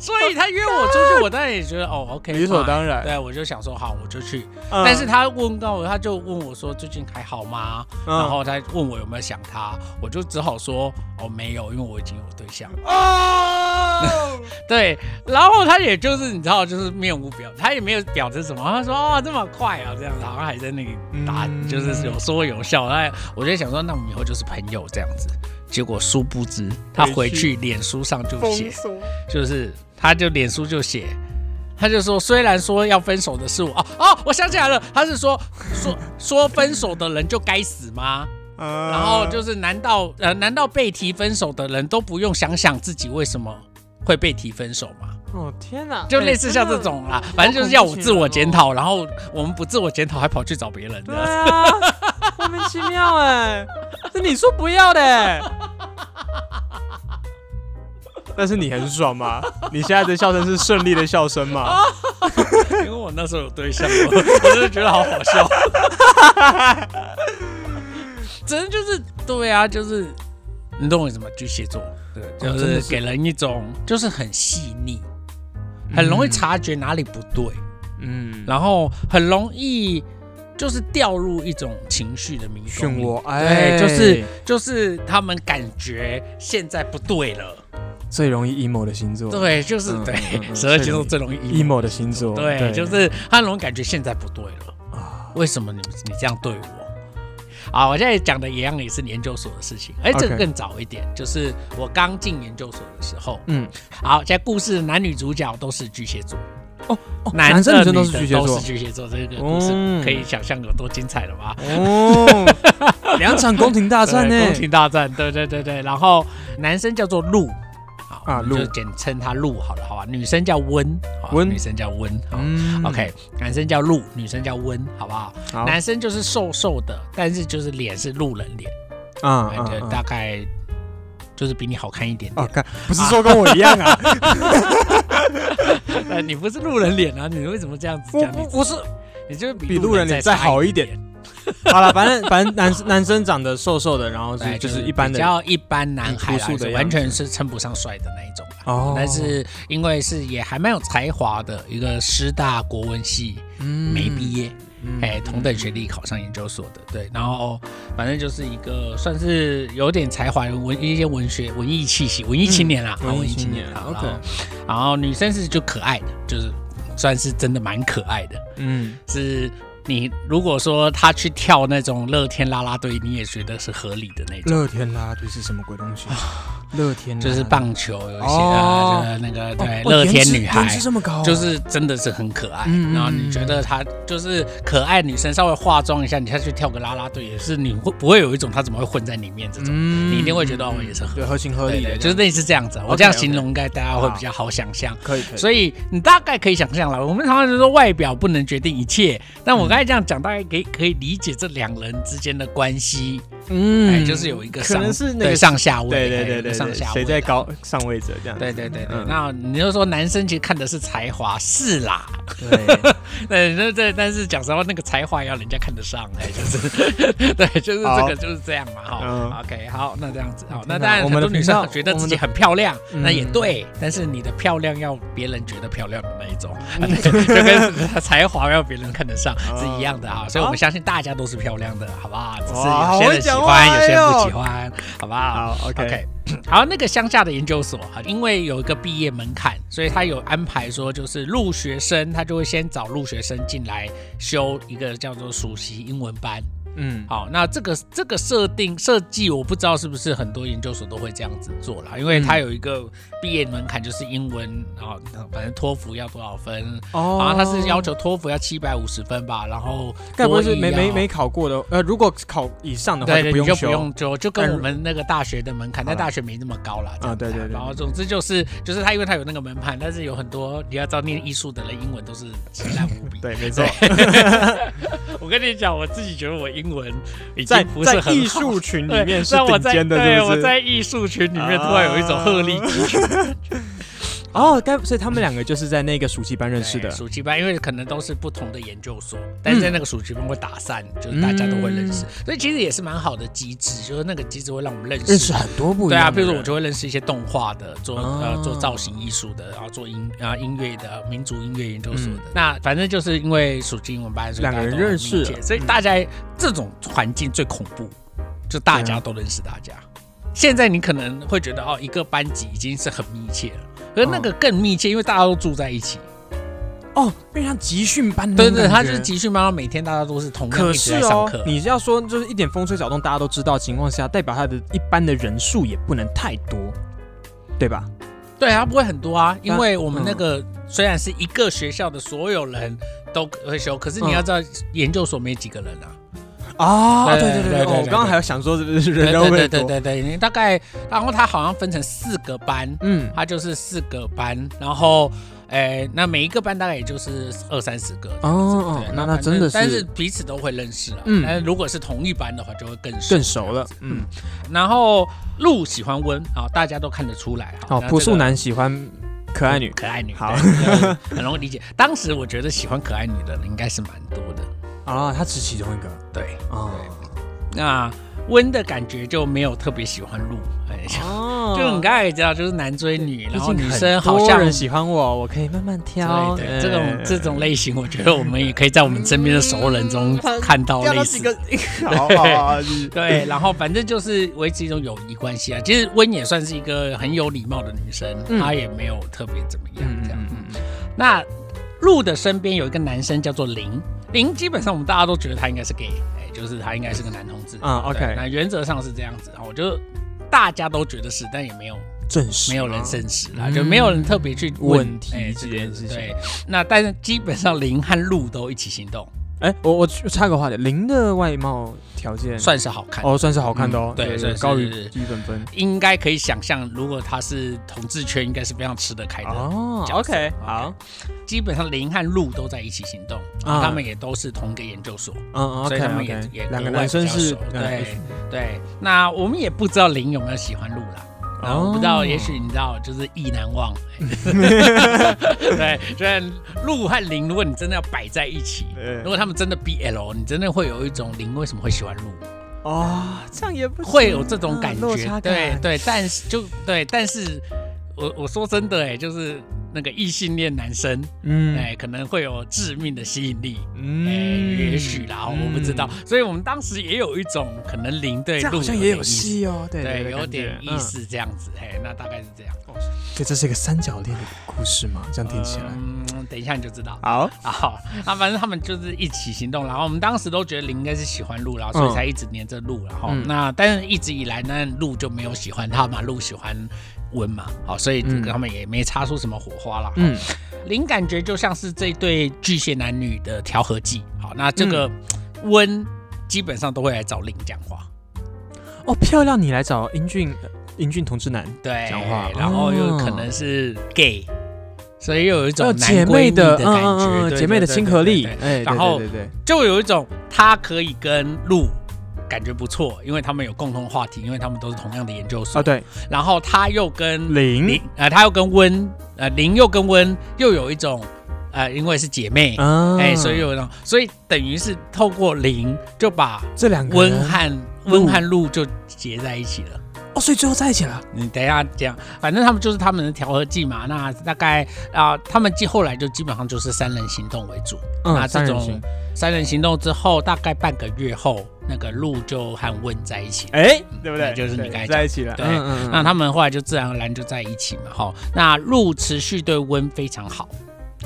Speaker 1: 所以他约我出去，我当然也觉得哦，OK，
Speaker 2: 理所
Speaker 1: fine
Speaker 2: 当然
Speaker 1: 对，我就想说好，我就去。
Speaker 2: 嗯
Speaker 1: 但是他问到我，他就问我说最近还好吗？
Speaker 2: 嗯
Speaker 1: 然后他问我有没有想他，我就只好说哦没有，因为我已经有对象了。
Speaker 2: 哦，
Speaker 1: 对，然后他也就是你知道，就是面无表，他也没有表示什么，他说哦这么快啊这样子，好像还在那里打，
Speaker 2: 嗯
Speaker 1: 就是有说有笑。哎，我就想说，那我们以后就是朋友这样子。结果殊不知，他回去脸书上就写，
Speaker 2: 锁，
Speaker 1: 就是他就脸书就写。他就说，虽然说要分手的是我，哦哦，我想起来了，他是说说说分手的人就该死吗？然
Speaker 2: 然
Speaker 1: 后就是，难道呃，难道被提分手的人都不用想想自己为什么会被提分手吗？
Speaker 2: 哦天哪，
Speaker 1: 就类似像这种啦，反正就是要我自我检
Speaker 2: 讨。
Speaker 1: 讨，然后我们不自我检讨，还跑去找别人
Speaker 2: 对
Speaker 1: 的。
Speaker 2: 啊，莫名其妙 哎、是你说不要的、但是你很爽吗？你现在的笑声是顺利的笑声吗？
Speaker 1: 因为我那时候有对象，我我真的觉得好好笑。 真的就是对啊，就是你懂我意思吗？巨蟹座， 对，就
Speaker 2: 哦真
Speaker 1: 是
Speaker 2: 的是
Speaker 1: 给人一种就是很细腻，很容易察觉哪里不对。
Speaker 2: 嗯，
Speaker 1: 然后很容易就是掉入一种情绪的迷
Speaker 2: 漩
Speaker 1: 宫里。
Speaker 2: 涡，哎，
Speaker 1: 对，就是就是他们感觉现在不对了，
Speaker 2: 最容易 emo 的星座，
Speaker 1: 对，就是
Speaker 2: 嗯
Speaker 1: 对
Speaker 2: 嗯， 嗯
Speaker 1: 十二星座最容易 emo，
Speaker 2: ，emo 的星座，
Speaker 1: 对，就是他很容易感觉现在不对了，
Speaker 2: 啊
Speaker 1: 为什么你你这样对我？啊，我现在讲的一样也是研究所的事情，哎，这个
Speaker 2: OK
Speaker 1: 更早一点，就是我刚进研究所的时候，
Speaker 2: 嗯，
Speaker 1: 好，现在故事的男女主角都是巨蟹座，
Speaker 2: 哦
Speaker 1: 男
Speaker 2: 男生女生都是
Speaker 1: 的
Speaker 2: 巨蟹
Speaker 1: 都
Speaker 2: 座
Speaker 1: 是，巨蟹座，这个故事
Speaker 2: 嗯
Speaker 1: 可以想象有多精彩了吧？
Speaker 2: 哦，两场宫廷大战呢、
Speaker 1: 对宫廷大战，对对对对。然后男生叫做鹿，好
Speaker 2: 啊
Speaker 1: 我们就
Speaker 2: 鹿
Speaker 1: 简称他鹿好了，好吧？女生叫温，好吧
Speaker 2: 温
Speaker 1: 女生叫温，好。
Speaker 2: 嗯
Speaker 1: OK，男生叫鹿，女生叫温，好不好？
Speaker 2: 好，
Speaker 1: 男生就是瘦瘦的，但是就是脸是路人脸，
Speaker 2: 啊
Speaker 1: 哎对大啊概就是比你好看一点
Speaker 2: 哦，
Speaker 1: 点。
Speaker 2: 看，不是说跟我一 样啊，
Speaker 1: 呃，你不是路人脸啊？你为什么这样子
Speaker 2: 我
Speaker 1: 讲你自己？
Speaker 2: 我我是
Speaker 1: 也就是比
Speaker 2: 比路人脸再
Speaker 1: 再
Speaker 2: 好一
Speaker 1: 一
Speaker 2: 点
Speaker 1: 点，
Speaker 2: 好了，反正反正男男生长得瘦瘦的，然后
Speaker 1: 哎对，
Speaker 2: 是就是
Speaker 1: 是
Speaker 2: 一般
Speaker 1: 比
Speaker 2: 的
Speaker 1: 较一般男孩
Speaker 2: 朴
Speaker 1: 啦
Speaker 2: 素，的
Speaker 1: 是
Speaker 2: 样
Speaker 1: 完
Speaker 2: 子
Speaker 1: 全是称不上帅的那一种啦。
Speaker 2: 哦
Speaker 1: 但是因为是也还蛮有才华的，一个师大国文系
Speaker 2: 嗯
Speaker 1: 没毕业，哎、同等学历考上研究所的，对，然后反正就是一个算是有点才华的文一些文学文艺气息文艺青年啦，啊
Speaker 2: 嗯文
Speaker 1: 文
Speaker 2: 艺
Speaker 1: 艺
Speaker 2: 青
Speaker 1: 青
Speaker 2: 年
Speaker 1: 年啦。
Speaker 2: OK
Speaker 1: 然后然后女生是就可爱的，就是算是真的蛮可爱的，
Speaker 2: 嗯，
Speaker 1: 是。你如果说她去跳那种乐天啦啦队，你也觉得是合理的那种。
Speaker 2: 乐天啦啦队是什么鬼东西？乐天啦啦队
Speaker 1: 啊就是棒球有一些
Speaker 2: 嗯
Speaker 1: 啊，
Speaker 2: 哦
Speaker 1: 就是那个
Speaker 2: 哦
Speaker 1: 对
Speaker 2: 哦
Speaker 1: 乐
Speaker 2: 颜
Speaker 1: 天
Speaker 2: 值
Speaker 1: 女孩
Speaker 2: 颜，值这么高啊，
Speaker 1: 就是真的是很可爱
Speaker 2: 嗯嗯。
Speaker 1: 然后你觉得她就是可爱女生，稍微化妆一下，你下去跳个啦啦队，也是你会不会有一种她怎么会混在里面这种？
Speaker 2: 嗯
Speaker 1: 你一定会觉得哦也是合
Speaker 2: 对合哦情合
Speaker 1: 对
Speaker 2: 理
Speaker 1: 对，
Speaker 2: 的，
Speaker 1: 就是类似这样子。我
Speaker 2: OK，
Speaker 1: 这样
Speaker 2: OK
Speaker 1: 形容，应该大家会比较好想象。
Speaker 2: 可以可以，
Speaker 1: 所以你大概可以想象了，我们常常就说外表不能决定一切，但我刚才这样讲，大概可以可以理解这两人之间的关系，
Speaker 2: 嗯
Speaker 1: 哎，就是有一个
Speaker 2: 可
Speaker 1: 上
Speaker 2: 能是那
Speaker 1: 对
Speaker 2: 个
Speaker 1: 上下位，
Speaker 2: 对
Speaker 1: 哎
Speaker 2: 对
Speaker 1: 有
Speaker 2: 对
Speaker 1: 一个
Speaker 2: 对
Speaker 1: 上
Speaker 2: 对，
Speaker 1: 下位
Speaker 2: 谁在
Speaker 1: 的
Speaker 2: 高上位者这样子？
Speaker 1: 对对对对，
Speaker 2: 嗯
Speaker 1: 那你就说男生其实看的是才华，是啦，
Speaker 2: 对，
Speaker 1: 对对对，但是讲实话，那个才华要人家看得上，哎，就是 对，就是这
Speaker 2: 好
Speaker 1: 个就是这样嘛，
Speaker 2: 嗯
Speaker 1: 哈，OK，好，那这样子，好，
Speaker 2: 天哪
Speaker 1: 那当然
Speaker 2: 我
Speaker 1: 很
Speaker 2: 们的
Speaker 1: 多女
Speaker 2: 频道
Speaker 1: 生觉得自己很漂亮，那
Speaker 2: 嗯
Speaker 1: 也对，但是你的漂亮要别人觉得漂亮的那一种，
Speaker 2: 嗯
Speaker 1: 就跟才华要别人看得上是一样的啊，所以我们相信大家都是漂亮的，好不好？只
Speaker 2: 哇
Speaker 1: 是有些人喜
Speaker 2: 好会讲话
Speaker 1: 欢，有些人
Speaker 2: 哎
Speaker 1: 不
Speaker 2: 呦
Speaker 1: 喜欢，好不好？
Speaker 2: 好 OK，
Speaker 1: OK，好，那个乡下的研究所啊，因为有一个毕业门槛，所以他有安排说，就是入学生他就会先找入学生进来修一个叫做暑期英文班。
Speaker 2: 嗯，
Speaker 1: 好，那这个这个设定设计，我不知道是不是很多研究所都会这样子做啦，因
Speaker 2: 嗯
Speaker 1: 为它有一个毕业门槛，就是英文啊，反正托福要多少分，
Speaker 2: 哦
Speaker 1: 好像它啊是要求托福要七百五十分吧，然后
Speaker 2: 该不会是
Speaker 1: 多益
Speaker 2: 没没
Speaker 1: 要
Speaker 2: 没考过的？呃，如果考以上的话
Speaker 1: 对对，
Speaker 2: 就不
Speaker 1: 你
Speaker 2: 用
Speaker 1: 就不
Speaker 2: 修
Speaker 1: 用就就
Speaker 2: 但
Speaker 1: 跟
Speaker 2: 如
Speaker 1: 我们那个大学的门槛，
Speaker 2: 好
Speaker 1: 但
Speaker 2: 啦
Speaker 1: 大学没那么高啦。这样子啊
Speaker 2: 对对对。
Speaker 1: 然后总之就是就是他因为他有那个门槛，但是有很多你要知道念艺术的人英文都是奇烂无比
Speaker 2: 对，没错，
Speaker 1: 我跟你讲，我自己觉得我英文 已经
Speaker 2: 在
Speaker 1: 不是
Speaker 2: 在
Speaker 1: 很好
Speaker 2: 艺术群里
Speaker 1: 对
Speaker 2: 面是
Speaker 1: 让我
Speaker 2: 顶
Speaker 1: 在
Speaker 2: 尖的，
Speaker 1: 对
Speaker 2: 是啊不
Speaker 1: 我
Speaker 2: 是？
Speaker 1: 在艺术群里面突然有一种鹤立鸡 群。
Speaker 2: 哦，该所以他们两个就是在那个暑期班认识的嗯
Speaker 1: 对。暑期班，因为可能都是不同的研究所，但是在那个暑期班会打散，就是大家都会认识，所以其实也是蛮好的机制，就是那个机制会让我们认识
Speaker 2: 认识很多不一
Speaker 1: 对啊，
Speaker 2: 样的人，
Speaker 1: 比如说我就会认识一些动画的，做、
Speaker 2: 哦
Speaker 1: 呃做造型艺术的，然后做音啊、音乐的民族音乐研究所的。那反正就是因为暑期英文班，所以
Speaker 2: 嗯两个人
Speaker 1: 大家都很
Speaker 2: 认识
Speaker 1: 密切
Speaker 2: 了
Speaker 1: 所以大家这种环境最恐怖，就大
Speaker 2: 对啊
Speaker 1: 家都认识大家。现在你可能会觉得哦，一个班级已经是很密切了，可是那个更密切，因为大家都住在一起。
Speaker 2: 哦，变成像集训班的
Speaker 1: 对
Speaker 2: 那种
Speaker 1: 对，
Speaker 2: 嗯感觉，
Speaker 1: 他就是集训班，然后每天大家都是同样
Speaker 2: 可
Speaker 1: 一直
Speaker 2: 是
Speaker 1: 在上
Speaker 2: 哦
Speaker 1: 课，。
Speaker 2: 你要说就是一点风吹草动，大家都知道的情况下，代表他的一般的人数也不能太多，对吧？
Speaker 1: 对啊，不会很多啊，因
Speaker 2: 但
Speaker 1: 为我们那个虽然是一个学校的所有人都会修，可是你要知道研究所没几个人啊。
Speaker 2: 啊，
Speaker 1: 对
Speaker 2: 对
Speaker 1: 对
Speaker 2: 对
Speaker 1: 对
Speaker 2: 对，
Speaker 1: 对
Speaker 2: 哦我
Speaker 1: 对
Speaker 2: 刚刚
Speaker 1: 对
Speaker 2: 还有想说是不是人
Speaker 1: 对
Speaker 2: 人会不会
Speaker 1: 对
Speaker 2: 多
Speaker 1: 对？对对，你大概，然后它好像分成四个班，
Speaker 2: 嗯，
Speaker 1: 它就是四个班，然后，诶，那每一个班大概也就是二三十个。
Speaker 2: 哦哦
Speaker 1: 对，，反
Speaker 2: 那那真
Speaker 1: 正
Speaker 2: 的是，
Speaker 1: 但是彼此都会认识啊。
Speaker 2: 嗯
Speaker 1: 但是如果是同一班的话，就会更熟
Speaker 2: 更熟了。嗯，
Speaker 1: 然后路喜欢温啊，大家都看得出来。
Speaker 2: 好，
Speaker 1: 那
Speaker 2: 哦朴
Speaker 1: 这
Speaker 2: 素
Speaker 1: 个
Speaker 2: 男喜欢可爱女
Speaker 1: 可爱女，
Speaker 2: 好
Speaker 1: 对，这个 很容易理解。当时我觉得喜欢可爱女的人应该是蛮多的，
Speaker 2: 啊，他只其中一个
Speaker 1: 对。
Speaker 2: 啊，
Speaker 1: 那温的感觉就没有特别喜欢鹿，哎，
Speaker 2: 哦
Speaker 1: 就你刚才也知道，就是男追女，然
Speaker 2: 毕
Speaker 1: 后
Speaker 2: 竟
Speaker 1: 女
Speaker 2: 很
Speaker 1: 生好
Speaker 2: 多
Speaker 1: 像
Speaker 2: 人喜欢我，我可以慢慢挑。
Speaker 1: 对对，
Speaker 2: 哎
Speaker 1: 这种这种类型，我觉得我们也可以在我们身边的熟人 中看到
Speaker 2: 挑
Speaker 1: 类
Speaker 2: 到
Speaker 1: 似
Speaker 2: 几
Speaker 1: 的
Speaker 2: 个，好好好，是
Speaker 1: 对，然后反正就是维持一种友谊关系啊。其实温也算是一个很有礼貌的女生，
Speaker 2: 嗯
Speaker 1: 她也没有特别怎么样
Speaker 2: 嗯
Speaker 1: 这样。
Speaker 2: 嗯嗯
Speaker 1: 那鹿的身边有一个男生叫做林，林基本上我们大家都觉得他应该是 gay，哎、就是他应该是个男同志
Speaker 2: 嗯啊
Speaker 1: 对
Speaker 2: ，OK，
Speaker 1: 那原则上是这样子，哦我就大家都觉得是，但也没有
Speaker 2: 正式
Speaker 1: 没有人证实啦，
Speaker 2: 嗯
Speaker 1: 就没有人特别去问
Speaker 2: 问题
Speaker 1: 哎
Speaker 2: 这件事情
Speaker 1: 对，那但是基本上林和鹿都一起行动，
Speaker 2: 哎，我我插个话题，零的外貌条件
Speaker 1: 算是好看。
Speaker 2: 哦，算是好看的哦
Speaker 1: 嗯，对算是
Speaker 2: 高于基本分
Speaker 1: 应该可以想象，如果他是同志圈，应该是非常吃得开的。
Speaker 2: 哦
Speaker 1: 角色
Speaker 2: ，OK，好，
Speaker 1: 基本上林和鹿都在一起行动，然后他们也都是同一个研究所，
Speaker 2: 嗯
Speaker 1: 所以他
Speaker 2: 啊，OK
Speaker 1: 们也
Speaker 2: OK，
Speaker 1: 也
Speaker 2: 两
Speaker 1: 格
Speaker 2: 个
Speaker 1: 外
Speaker 2: 男生
Speaker 1: 比较
Speaker 2: 是
Speaker 1: 熟对对。那我们也不知道林有没有喜欢鹿啦，
Speaker 2: 哦
Speaker 1: 然后不知道，也许你知道，就是意难 忘。对，虽然鹿和林，如果你真的要摆在一起，
Speaker 2: 对
Speaker 1: 如果他们真的 BL，你真的会有一种林为什么会喜欢鹿，
Speaker 2: 哦，这样也不行
Speaker 1: 会有这种感
Speaker 2: 啊落
Speaker 1: 觉。
Speaker 2: 差感
Speaker 1: 对对，但是就对，但是我我说真的，哎，就是那个异性恋男生，
Speaker 2: 嗯
Speaker 1: 哎，可能会有致命的吸引力。哎、
Speaker 2: 嗯
Speaker 1: 也许啦，我不知道，，所以我们当时也有一种可能零对
Speaker 2: 这样
Speaker 1: 鹿
Speaker 2: 好像也
Speaker 1: 点
Speaker 2: 有
Speaker 1: 意思
Speaker 2: 戏哦，对
Speaker 1: 对，
Speaker 2: 对，
Speaker 1: 有点意
Speaker 2: 嗯。
Speaker 1: 思这样子，嘿，那大概是这样。
Speaker 2: 对，这是一个三角恋的故事嘛？这样听起来，
Speaker 1: 嗯，等一下你就知道。
Speaker 2: 好，
Speaker 1: 好，啊，反正他们就是一起行动，然后我们当时都觉得林应该是喜欢鹿，然后所以才一直黏着鹿，然后、
Speaker 2: 嗯
Speaker 1: 那但是一直以来呢，鹿就没有喜欢他嘛，鹿喜欢温嘛，好，所以这
Speaker 2: 嗯
Speaker 1: 个他们也没擦出什么火花啦。
Speaker 2: 嗯，
Speaker 1: 零感觉就像是这对巨蟹男女的调和剂，好，那这个
Speaker 2: 嗯
Speaker 1: 温基本上都会来找林讲话，
Speaker 2: 哦，漂亮，你来找英俊，英俊同志男，
Speaker 1: 对，
Speaker 2: 讲话
Speaker 1: 然后又
Speaker 2: 哦
Speaker 1: 可能是 gay，、所以又有一
Speaker 2: 还有
Speaker 1: 种
Speaker 2: 哦呃姐
Speaker 1: 男闺
Speaker 2: 妹
Speaker 1: 蜜的
Speaker 2: 的，
Speaker 1: 感
Speaker 2: 嗯嗯
Speaker 1: 觉，
Speaker 2: 嗯嗯，
Speaker 1: 对
Speaker 2: 姐妹的亲和力，
Speaker 1: 对对对对
Speaker 2: 哎，对
Speaker 1: 然后
Speaker 2: 对对对，
Speaker 1: 就有一种他可以跟鹿感觉不错，因为他们有共同话题，因为他们都是同样的研究所，
Speaker 2: 啊，对，
Speaker 1: 然后他又跟
Speaker 2: 零，
Speaker 1: 呃，他又跟温，呃，林又跟温又有一种，呃，因为是姐妹，哎、
Speaker 2: 啊
Speaker 1: 所以有一种，所以等于是透过林就把
Speaker 2: 这两个
Speaker 1: 温
Speaker 2: 人
Speaker 1: 和温和鹿就结在一起了。
Speaker 2: 哦，所以最后在一起了，
Speaker 1: 你嗯等一下讲，反正他们就是他们的调和剂嘛。那大概啊、他们既后来就基本上就是三人行动为主。那
Speaker 2: 嗯，
Speaker 1: 这
Speaker 2: 三人
Speaker 1: 种
Speaker 2: 行，
Speaker 1: 三人行动之后，大概半个月后，那个鹿就和温在一起。
Speaker 2: 哎，对不
Speaker 1: 那
Speaker 2: 对？
Speaker 1: 就是你
Speaker 2: 对
Speaker 1: 刚才
Speaker 2: 在一起了，
Speaker 1: 对
Speaker 2: 嗯嗯嗯
Speaker 1: 那他们后来就自然而然就在一起嘛，哈。那鹿持续对温非常好，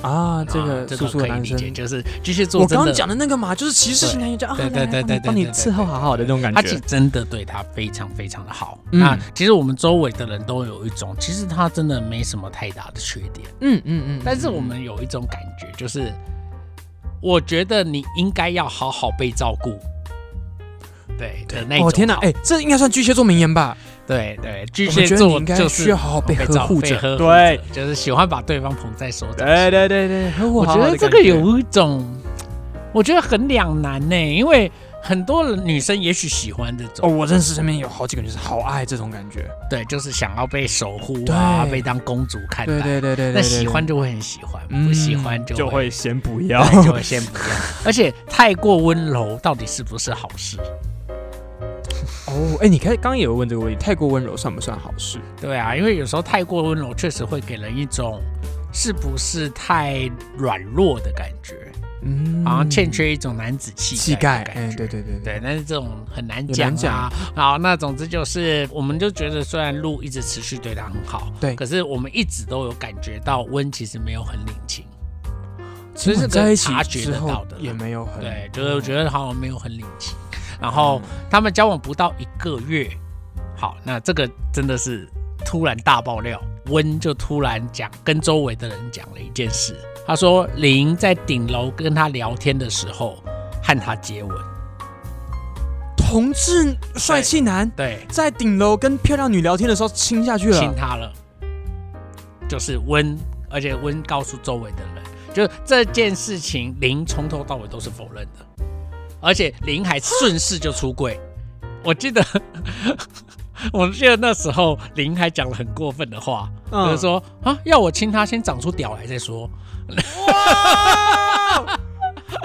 Speaker 2: 啊，这
Speaker 1: 啊
Speaker 2: 个
Speaker 1: 这
Speaker 2: 叔
Speaker 1: 个
Speaker 2: 叔
Speaker 1: 可
Speaker 2: 的
Speaker 1: 以
Speaker 2: 男
Speaker 1: 理
Speaker 2: 生
Speaker 1: 解，就是巨蟹座
Speaker 2: 我
Speaker 1: 真
Speaker 2: 刚
Speaker 1: 的
Speaker 2: 刚，讲的那个嘛，就是骑士型男友，就啊，
Speaker 1: 对
Speaker 2: 来
Speaker 1: 对对
Speaker 2: 来帮你
Speaker 1: 对
Speaker 2: 帮你
Speaker 1: 对对
Speaker 2: 伺候好好的那种感
Speaker 1: 他
Speaker 2: 觉
Speaker 1: 其实，真的对他非常非常的好。
Speaker 2: 嗯
Speaker 1: 那其实我们周围的人都有一种，其实他真的没什么太大的缺点，
Speaker 2: 嗯嗯嗯，
Speaker 1: 但是我们有一种感觉，就是我觉得你应该要好好被照顾。对的那种
Speaker 2: 哦天哪，
Speaker 1: 好
Speaker 2: 哎，这应该算巨蟹座名言吧？
Speaker 1: 对对，巨
Speaker 2: 我
Speaker 1: 蟹
Speaker 2: 们觉得你
Speaker 1: 座
Speaker 2: 应该
Speaker 1: 就是
Speaker 2: 需要好好被
Speaker 1: 照
Speaker 2: 呵护
Speaker 1: 被
Speaker 2: 着
Speaker 1: 呵护
Speaker 2: 对
Speaker 1: 者，就是喜欢把对方捧在手掌。
Speaker 2: 对对对对，呵护
Speaker 1: 我
Speaker 2: 好
Speaker 1: 觉
Speaker 2: 好的
Speaker 1: 得这
Speaker 2: 感
Speaker 1: 个
Speaker 2: 觉
Speaker 1: 有一种，我觉得很两难呢、因为很多人女生也许喜欢这
Speaker 2: 哦，
Speaker 1: 种，
Speaker 2: 我认识身边有好几个人就是好爱这种感觉，
Speaker 1: 对，就是想要被守护啊，
Speaker 2: 对
Speaker 1: 被当公主看
Speaker 2: 对
Speaker 1: 待。
Speaker 2: 对对对对，
Speaker 1: 那
Speaker 2: 对
Speaker 1: 喜欢
Speaker 2: 对
Speaker 1: 就会很喜欢，
Speaker 2: 嗯
Speaker 1: 不喜欢就
Speaker 2: 就
Speaker 1: 会
Speaker 2: 会先不
Speaker 1: 对
Speaker 2: 要，
Speaker 1: 就会先不要。而且太过温柔到底是不是好事？
Speaker 2: 哦，哎，你看刚刚也有问这个问题，太过温柔算不算好事？
Speaker 1: 对啊，因为有时候太过温柔，确实会给人一种是不是太软弱的感觉，
Speaker 2: 嗯
Speaker 1: 好像欠缺一种男子气
Speaker 2: 气
Speaker 1: 概
Speaker 2: 概，
Speaker 1: 的感
Speaker 2: 哎，
Speaker 1: 觉。
Speaker 2: 对对对
Speaker 1: 对，但是这种很难
Speaker 2: 很
Speaker 1: 讲
Speaker 2: 难
Speaker 1: 啊。好，那总之就是，我们就觉得虽然路一直持续对他很好，
Speaker 2: 对
Speaker 1: 可是我们一直都有感觉到温其实没有很领情，
Speaker 2: 其
Speaker 1: 所以
Speaker 2: 实
Speaker 1: 这
Speaker 2: 在
Speaker 1: 个
Speaker 2: 一起
Speaker 1: 察觉
Speaker 2: 之
Speaker 1: 得到
Speaker 2: 后
Speaker 1: 的啦
Speaker 2: 也没有很
Speaker 1: 对，就是我觉得好像没有很领情。然后他们交往不到一个月，好，那这个真的是突然大爆料，温就突然讲跟周围的人讲了一件事，他说林在顶楼跟他聊天的时候和他接吻，
Speaker 2: 同志帅气男
Speaker 1: 对，
Speaker 2: 在顶楼跟漂亮女聊天的时候亲下去
Speaker 1: 亲
Speaker 2: 了，
Speaker 1: 他了，就是温，而且温告诉周围的人，就是这件事情，林从头到尾都是否认的，而且林还顺势就出柜。我记得， 我记得那时候林还讲了很过分的话，
Speaker 2: 嗯
Speaker 1: 就是说啊，要我亲他，先长出屌来再说。
Speaker 2: 哇，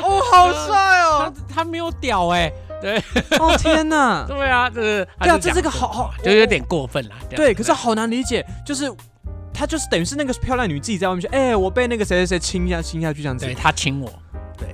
Speaker 2: 哦，好帅
Speaker 1: 他
Speaker 2: 哦，
Speaker 1: 他没有屌哎、对
Speaker 2: 哦天哪，
Speaker 1: 对啊，就是他
Speaker 2: 对啊，
Speaker 1: 就
Speaker 2: 这
Speaker 1: 讲
Speaker 2: 这个好好哦
Speaker 1: 就有点过分啦。这样
Speaker 2: 对，可是好难理解，就是她就是等于是那个漂亮女自己在外面说，哎、我被那个谁谁谁亲一下亲下去这样子
Speaker 1: 对。他亲我，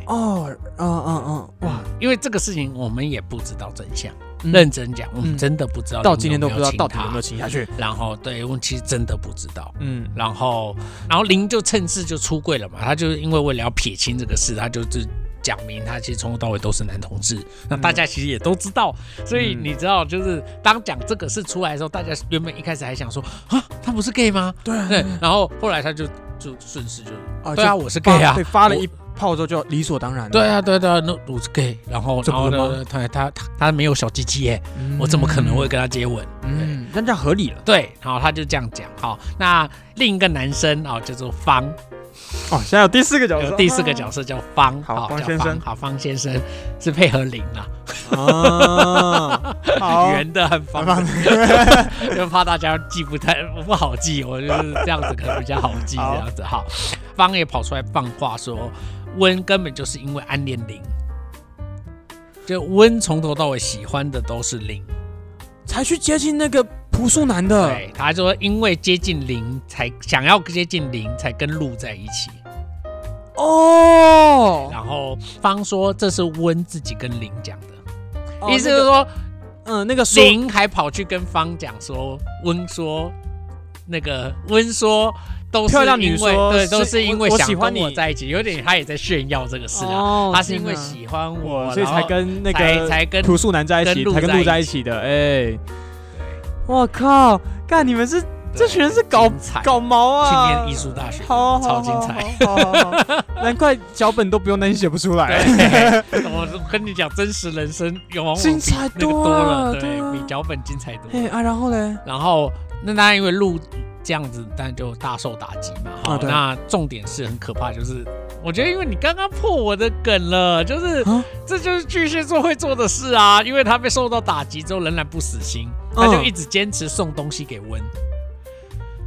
Speaker 2: 哦，嗯嗯嗯，哇，
Speaker 1: 因为这个事情我们也不知道真相。
Speaker 2: 嗯
Speaker 1: 认真讲，我们
Speaker 2: 嗯
Speaker 1: 真的不知道，
Speaker 2: 到今天都不知道
Speaker 1: 亲
Speaker 2: 到底有没
Speaker 1: 他
Speaker 2: 有亲下去。
Speaker 1: 然后对，我们其实真的不知道。
Speaker 2: 嗯，
Speaker 1: 然后，然后林就趁势就出柜了嘛，他就因为为了要撇清这个事，他就是讲明他其实从头到尾都是男同志。那大家其实也都知道，所以
Speaker 2: 嗯
Speaker 1: 你知道，就是当讲这个事出来的时候，大家原本一开始还想说啊，他不是 gay 吗？
Speaker 2: 对啊
Speaker 1: 对，然后后来他就就顺势就
Speaker 2: 啊
Speaker 1: 对啊，
Speaker 2: 就
Speaker 1: 我是 gay
Speaker 2: 发
Speaker 1: 啊
Speaker 2: 对，发了
Speaker 1: 我
Speaker 2: 一炮之后就理所当然了。
Speaker 1: 对啊，对啊对啊，那我是 gay，然后
Speaker 2: 这
Speaker 1: 然后
Speaker 2: 不是
Speaker 1: 呢，他他他他没有小鸡鸡耶，
Speaker 2: 嗯
Speaker 1: 我怎么可能会？跟他接吻？
Speaker 2: 嗯，那这样合理了。
Speaker 1: 对，然后他就这样讲。好，那另一个男生哦，叫做方，
Speaker 2: 哦，现在有第四个角
Speaker 1: 有
Speaker 2: 色，
Speaker 1: 第四个角
Speaker 2: 色。
Speaker 1: 色叫方，
Speaker 2: 好
Speaker 1: 哦
Speaker 2: 方
Speaker 1: 叫
Speaker 2: 先生
Speaker 1: 好，方先生是配合林啊，
Speaker 2: 啊，好，
Speaker 1: 圆的很方
Speaker 2: 方
Speaker 1: 便， 就怕大家记不太不好记，我就是这样子可能比较好记，
Speaker 2: 好
Speaker 1: 这样子好。方也跑出来放话说，温根本就是因为暗恋零，就温从头到尾喜欢的都是零，
Speaker 2: 才去接近那个朴素男的，
Speaker 1: 对，他说因为接近零才想要接近零才跟鹿在一起，
Speaker 2: 哦，
Speaker 1: 然后方说这是温自己跟零讲的，
Speaker 2: 哦
Speaker 1: 意思
Speaker 2: 那
Speaker 1: 是
Speaker 2: 个
Speaker 1: 说
Speaker 2: 嗯，那个说
Speaker 1: 林还跑去跟方讲说，温说那个温说都是
Speaker 2: 漂亮
Speaker 1: 因
Speaker 2: 女
Speaker 1: 为
Speaker 2: 说
Speaker 1: 对，
Speaker 2: 是
Speaker 1: 都是因为
Speaker 2: 我我
Speaker 1: 想
Speaker 2: 喜欢
Speaker 1: 跟我
Speaker 2: 你
Speaker 1: 在一起，有点他也在炫耀这个事啊。
Speaker 2: 哦
Speaker 1: 他是因为
Speaker 2: 天哪
Speaker 1: 喜欢我，
Speaker 2: 我，所以
Speaker 1: 然
Speaker 2: 才
Speaker 1: 后
Speaker 2: 跟那
Speaker 1: 才
Speaker 2: 个
Speaker 1: 才跟
Speaker 2: 朴素男在一
Speaker 1: 跟
Speaker 2: 起，
Speaker 1: 陆
Speaker 2: 才跟
Speaker 1: 在一
Speaker 2: 陆在一
Speaker 1: 起
Speaker 2: 起的，哎，我靠，干你们是这群人是搞
Speaker 1: 精彩
Speaker 2: 搞毛啊！
Speaker 1: 去念艺术大学，
Speaker 2: 好，好
Speaker 1: 超精彩。，
Speaker 2: 好好好好好 难怪脚本都不用担心写不出来。
Speaker 1: 对， 我跟你讲，真实人生有往往
Speaker 2: 啊精
Speaker 1: 比
Speaker 2: 彩
Speaker 1: 那个
Speaker 2: 多
Speaker 1: 多了，
Speaker 2: 了
Speaker 1: 对
Speaker 2: 对啊
Speaker 1: 比脚本精彩多了。
Speaker 2: 哎啊，然后嘞，
Speaker 1: 然后那当然因为路这样子，当然就大受打击嘛。哈、
Speaker 2: 啊对
Speaker 1: 那重点是很可怕，就是我觉得因为你刚刚破我的梗了，就是、
Speaker 2: 啊
Speaker 1: 这就是巨蟹座会做的事啊，因为他被受到打击之后仍然不死心，他就
Speaker 2: 嗯
Speaker 1: 一直坚持送东西给温，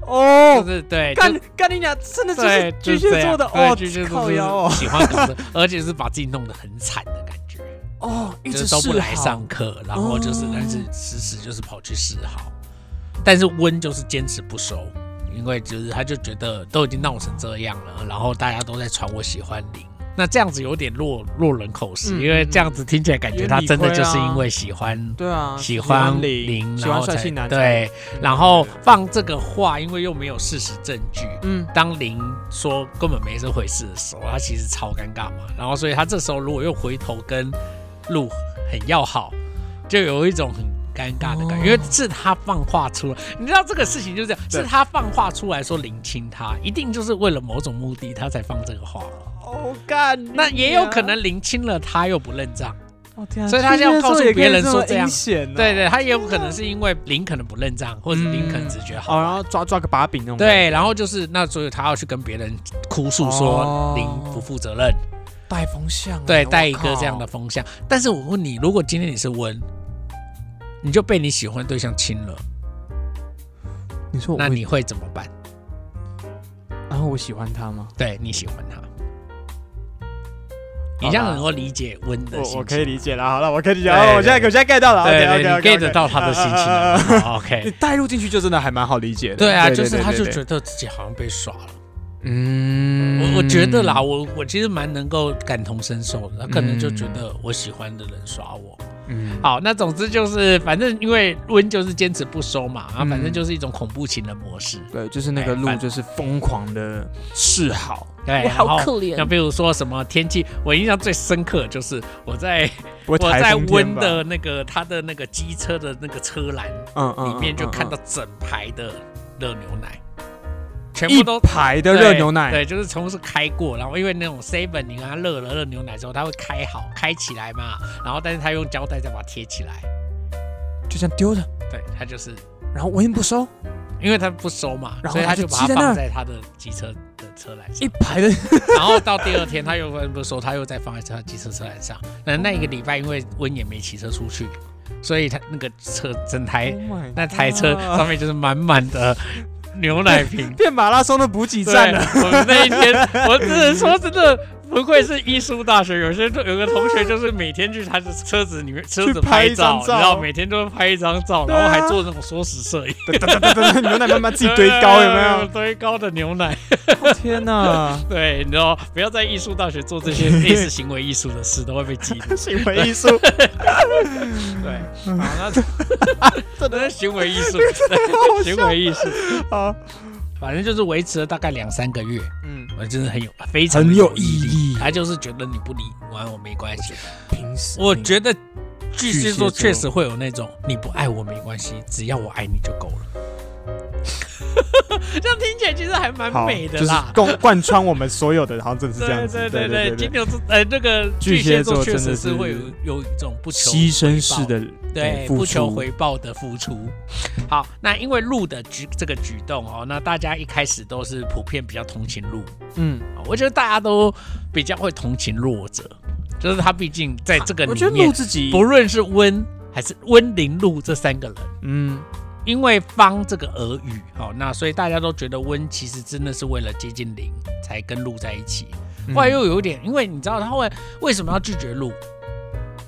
Speaker 2: 哦
Speaker 1: 就，是对。就
Speaker 2: 干干你俩真的就
Speaker 1: 对
Speaker 2: 是，
Speaker 1: 就
Speaker 2: 巨
Speaker 1: 是这
Speaker 2: 蟹
Speaker 1: 样
Speaker 2: 座的
Speaker 1: 对
Speaker 2: 哦
Speaker 1: 巨蟹，座
Speaker 2: 靠
Speaker 1: 就是
Speaker 2: 腰哦
Speaker 1: 喜欢搞这，而且是把自己弄得很惨的感觉，
Speaker 2: 哦，一
Speaker 1: 就
Speaker 2: 直
Speaker 1: 是都不
Speaker 2: 示
Speaker 1: 来
Speaker 2: 好
Speaker 1: 上课，然后就是
Speaker 2: 哦
Speaker 1: 但是时时就是跑去示好，但是温就是坚持不收，因为就是他就觉得都已经闹成这样了，然后大家都在传我喜欢你，那这样子有点落落人口实，
Speaker 2: 嗯
Speaker 1: 因为这样子听起来感觉他真的就是因为喜欢。
Speaker 2: 啊对啊，
Speaker 1: 喜欢
Speaker 2: 零，
Speaker 1: 零，
Speaker 2: 喜
Speaker 1: 然
Speaker 2: 欢
Speaker 1: 后
Speaker 2: 帅
Speaker 1: 才
Speaker 2: 气男，，
Speaker 1: 对，然后放这个话，因为又没有事实证据，
Speaker 2: 嗯，
Speaker 1: 当林说根本没这回事的时候，他其实超尴尬嘛。然后，所以他这时候如果又回头跟路很要好，就有一种很尴尬的感觉，
Speaker 2: 哦
Speaker 1: 因为是他放话出来。你知道这个事情就是这样，
Speaker 2: 对
Speaker 1: 是他放话出来说林亲他，一定就是为了某种目的他才放这个话。
Speaker 2: 哦干，
Speaker 1: 那也有可，能林亲了他又不认账，
Speaker 2: 哦天啊，
Speaker 1: 所以他
Speaker 2: 巨
Speaker 1: 要
Speaker 2: 蟹
Speaker 1: 告
Speaker 2: 座
Speaker 1: 诉
Speaker 2: 也可以
Speaker 1: 别人说
Speaker 2: 么
Speaker 1: 这样
Speaker 2: 阴险哦
Speaker 1: 对对，他也有可能是因为林可能不认账，或者是林可能只觉得好
Speaker 2: 哦，然后抓抓个把柄那种，，
Speaker 1: 对，然后就是那所以他要去跟别人哭诉说
Speaker 2: 哦
Speaker 1: 林不负责任，
Speaker 2: 带风向啊，
Speaker 1: 对，
Speaker 2: 我
Speaker 1: 带一个
Speaker 2: 靠
Speaker 1: 这样的，风向。但是我问你，如果今天你是温，你就被你喜欢的对象亲了，
Speaker 2: 你说我
Speaker 1: 那
Speaker 2: 会，
Speaker 1: 你会怎么办？
Speaker 2: 然后我喜欢他吗？
Speaker 1: 对你喜欢他，你
Speaker 2: 好
Speaker 1: 这样
Speaker 2: 吧
Speaker 1: 能够理解温的心
Speaker 2: 我
Speaker 1: 情。
Speaker 2: 我可以理解啦，好了，我可以理解，
Speaker 1: 对
Speaker 2: 哦
Speaker 1: 对
Speaker 2: 我现在我现在 get 到了
Speaker 1: 对对对，
Speaker 2: ，OK
Speaker 1: 你
Speaker 2: OK
Speaker 1: get 到他的心情 了。好 OK，
Speaker 2: 你带入进去就真的还蛮好理解的。
Speaker 1: 对啊，就是他就
Speaker 2: 对
Speaker 1: 觉得自己好像被耍了。
Speaker 2: 嗯
Speaker 1: 我我觉得啦，，我我其实蛮能够感同身受的，他可能就觉得我喜欢的人耍我。
Speaker 2: 嗯，
Speaker 1: 好，那总之就是，反正因为温就是坚持不收嘛，啊，
Speaker 2: 嗯
Speaker 1: 反正就是一种恐怖情人模式。
Speaker 2: 对，就是那个
Speaker 1: 哎
Speaker 2: 路
Speaker 1: 反
Speaker 2: 就是疯狂的示好，
Speaker 1: 对，
Speaker 3: 我
Speaker 1: 哎然
Speaker 3: 好
Speaker 1: 后
Speaker 3: 可怜
Speaker 1: 那。比如说什么天气，我印象最深刻的就是我 在
Speaker 2: 我
Speaker 1: 我在温的那个他的那个机车的那个车篮
Speaker 2: 嗯
Speaker 1: 里面就看
Speaker 2: 到
Speaker 1: 到整排的热牛奶，全
Speaker 2: 一
Speaker 1: 部都
Speaker 2: 排的热牛奶，
Speaker 1: 对，对就是从是开过，然后因为那种 seven 你让它热了热牛奶之后，它会开好开起来嘛，然后但是它用胶带再把它贴起来，
Speaker 2: 就这样丢着，
Speaker 1: 对，它就是
Speaker 2: 然后我也不收，
Speaker 1: 因为他不收嘛，
Speaker 2: 然后
Speaker 1: 所以他
Speaker 2: 他就
Speaker 1: 把它
Speaker 2: 积在那
Speaker 1: 放
Speaker 2: 儿
Speaker 1: 在他的机车的车篮
Speaker 2: 一
Speaker 1: 上。
Speaker 2: 排的，
Speaker 1: 然后到第二天他又不收，他又再放在他的机车车篮上。那那一个礼拜，因为温也没骑车出去，所以他那个车整台
Speaker 2: Oh my
Speaker 1: 那台车
Speaker 2: God。
Speaker 1: 上面就是满满的牛奶瓶
Speaker 2: 变马拉松的补给
Speaker 1: 对
Speaker 2: 站了，
Speaker 1: 我们那一天，我只能说真的。不愧是艺术大学，有些有个同学就是每天去他的车子里面车子
Speaker 2: 去拍
Speaker 1: 拍
Speaker 2: 一张
Speaker 1: 照，
Speaker 2: 照
Speaker 1: 然后每天都会拍一张照，然后
Speaker 2: 对啊
Speaker 1: 还做那种缩时摄影，
Speaker 2: 对对对对对牛奶慢慢自己堆高，有没有？
Speaker 1: 堆高的牛奶？
Speaker 2: 天哪，
Speaker 1: 对，你知道，不要在艺术大学做这些类似行为艺术的事，都会被记录。
Speaker 2: 行为艺术，嗯
Speaker 1: 对，好，那这是行为艺术，行为艺术，
Speaker 2: 好，
Speaker 1: 反正就是维持了大概两三个月，
Speaker 2: 嗯，
Speaker 1: 我真的很有非常
Speaker 2: 很有
Speaker 1: 有义
Speaker 2: 意义
Speaker 1: 他就是觉得你不理完我没关系，
Speaker 2: 平时
Speaker 1: 我觉得。巨蟹座
Speaker 2: 巨蟹座
Speaker 1: 确实会有那种你不爱我没关系，只要我爱你就够了。 这样听起来其实还蛮
Speaker 2: 好
Speaker 1: 美的
Speaker 2: 就是
Speaker 1: 啦。
Speaker 2: 贯贯穿我们所有的，好像真的是这样
Speaker 1: 对
Speaker 2: 子，
Speaker 1: 对
Speaker 2: 对
Speaker 1: 对，
Speaker 2: 对
Speaker 1: 金牛座呃那个
Speaker 2: 巨蟹座
Speaker 1: 确
Speaker 2: 真
Speaker 1: 实
Speaker 2: 的
Speaker 1: 是
Speaker 2: 是
Speaker 1: 会有有一种不求
Speaker 2: 牺牲式的
Speaker 1: 对，
Speaker 2: 哎付
Speaker 1: 不求
Speaker 2: 出
Speaker 1: 回报的付出。好，那因为鹿的举这个举动哦，那大家一开始都是普遍比较同情鹿，
Speaker 2: 嗯，
Speaker 1: 哦我觉得大家都比较会同情弱者。就是他毕竟在这个
Speaker 2: 我觉
Speaker 1: 里
Speaker 2: 得录
Speaker 1: 面，
Speaker 2: 自己
Speaker 1: 不论是温还是温林路这三个人，
Speaker 2: 嗯
Speaker 1: 因为方这个俄语，好、那所以大家都觉得温其实真的是为了接近零才跟鹿在一起。
Speaker 2: 嗯
Speaker 1: 后来又有一点，因为你知道他会为什么要拒绝鹿，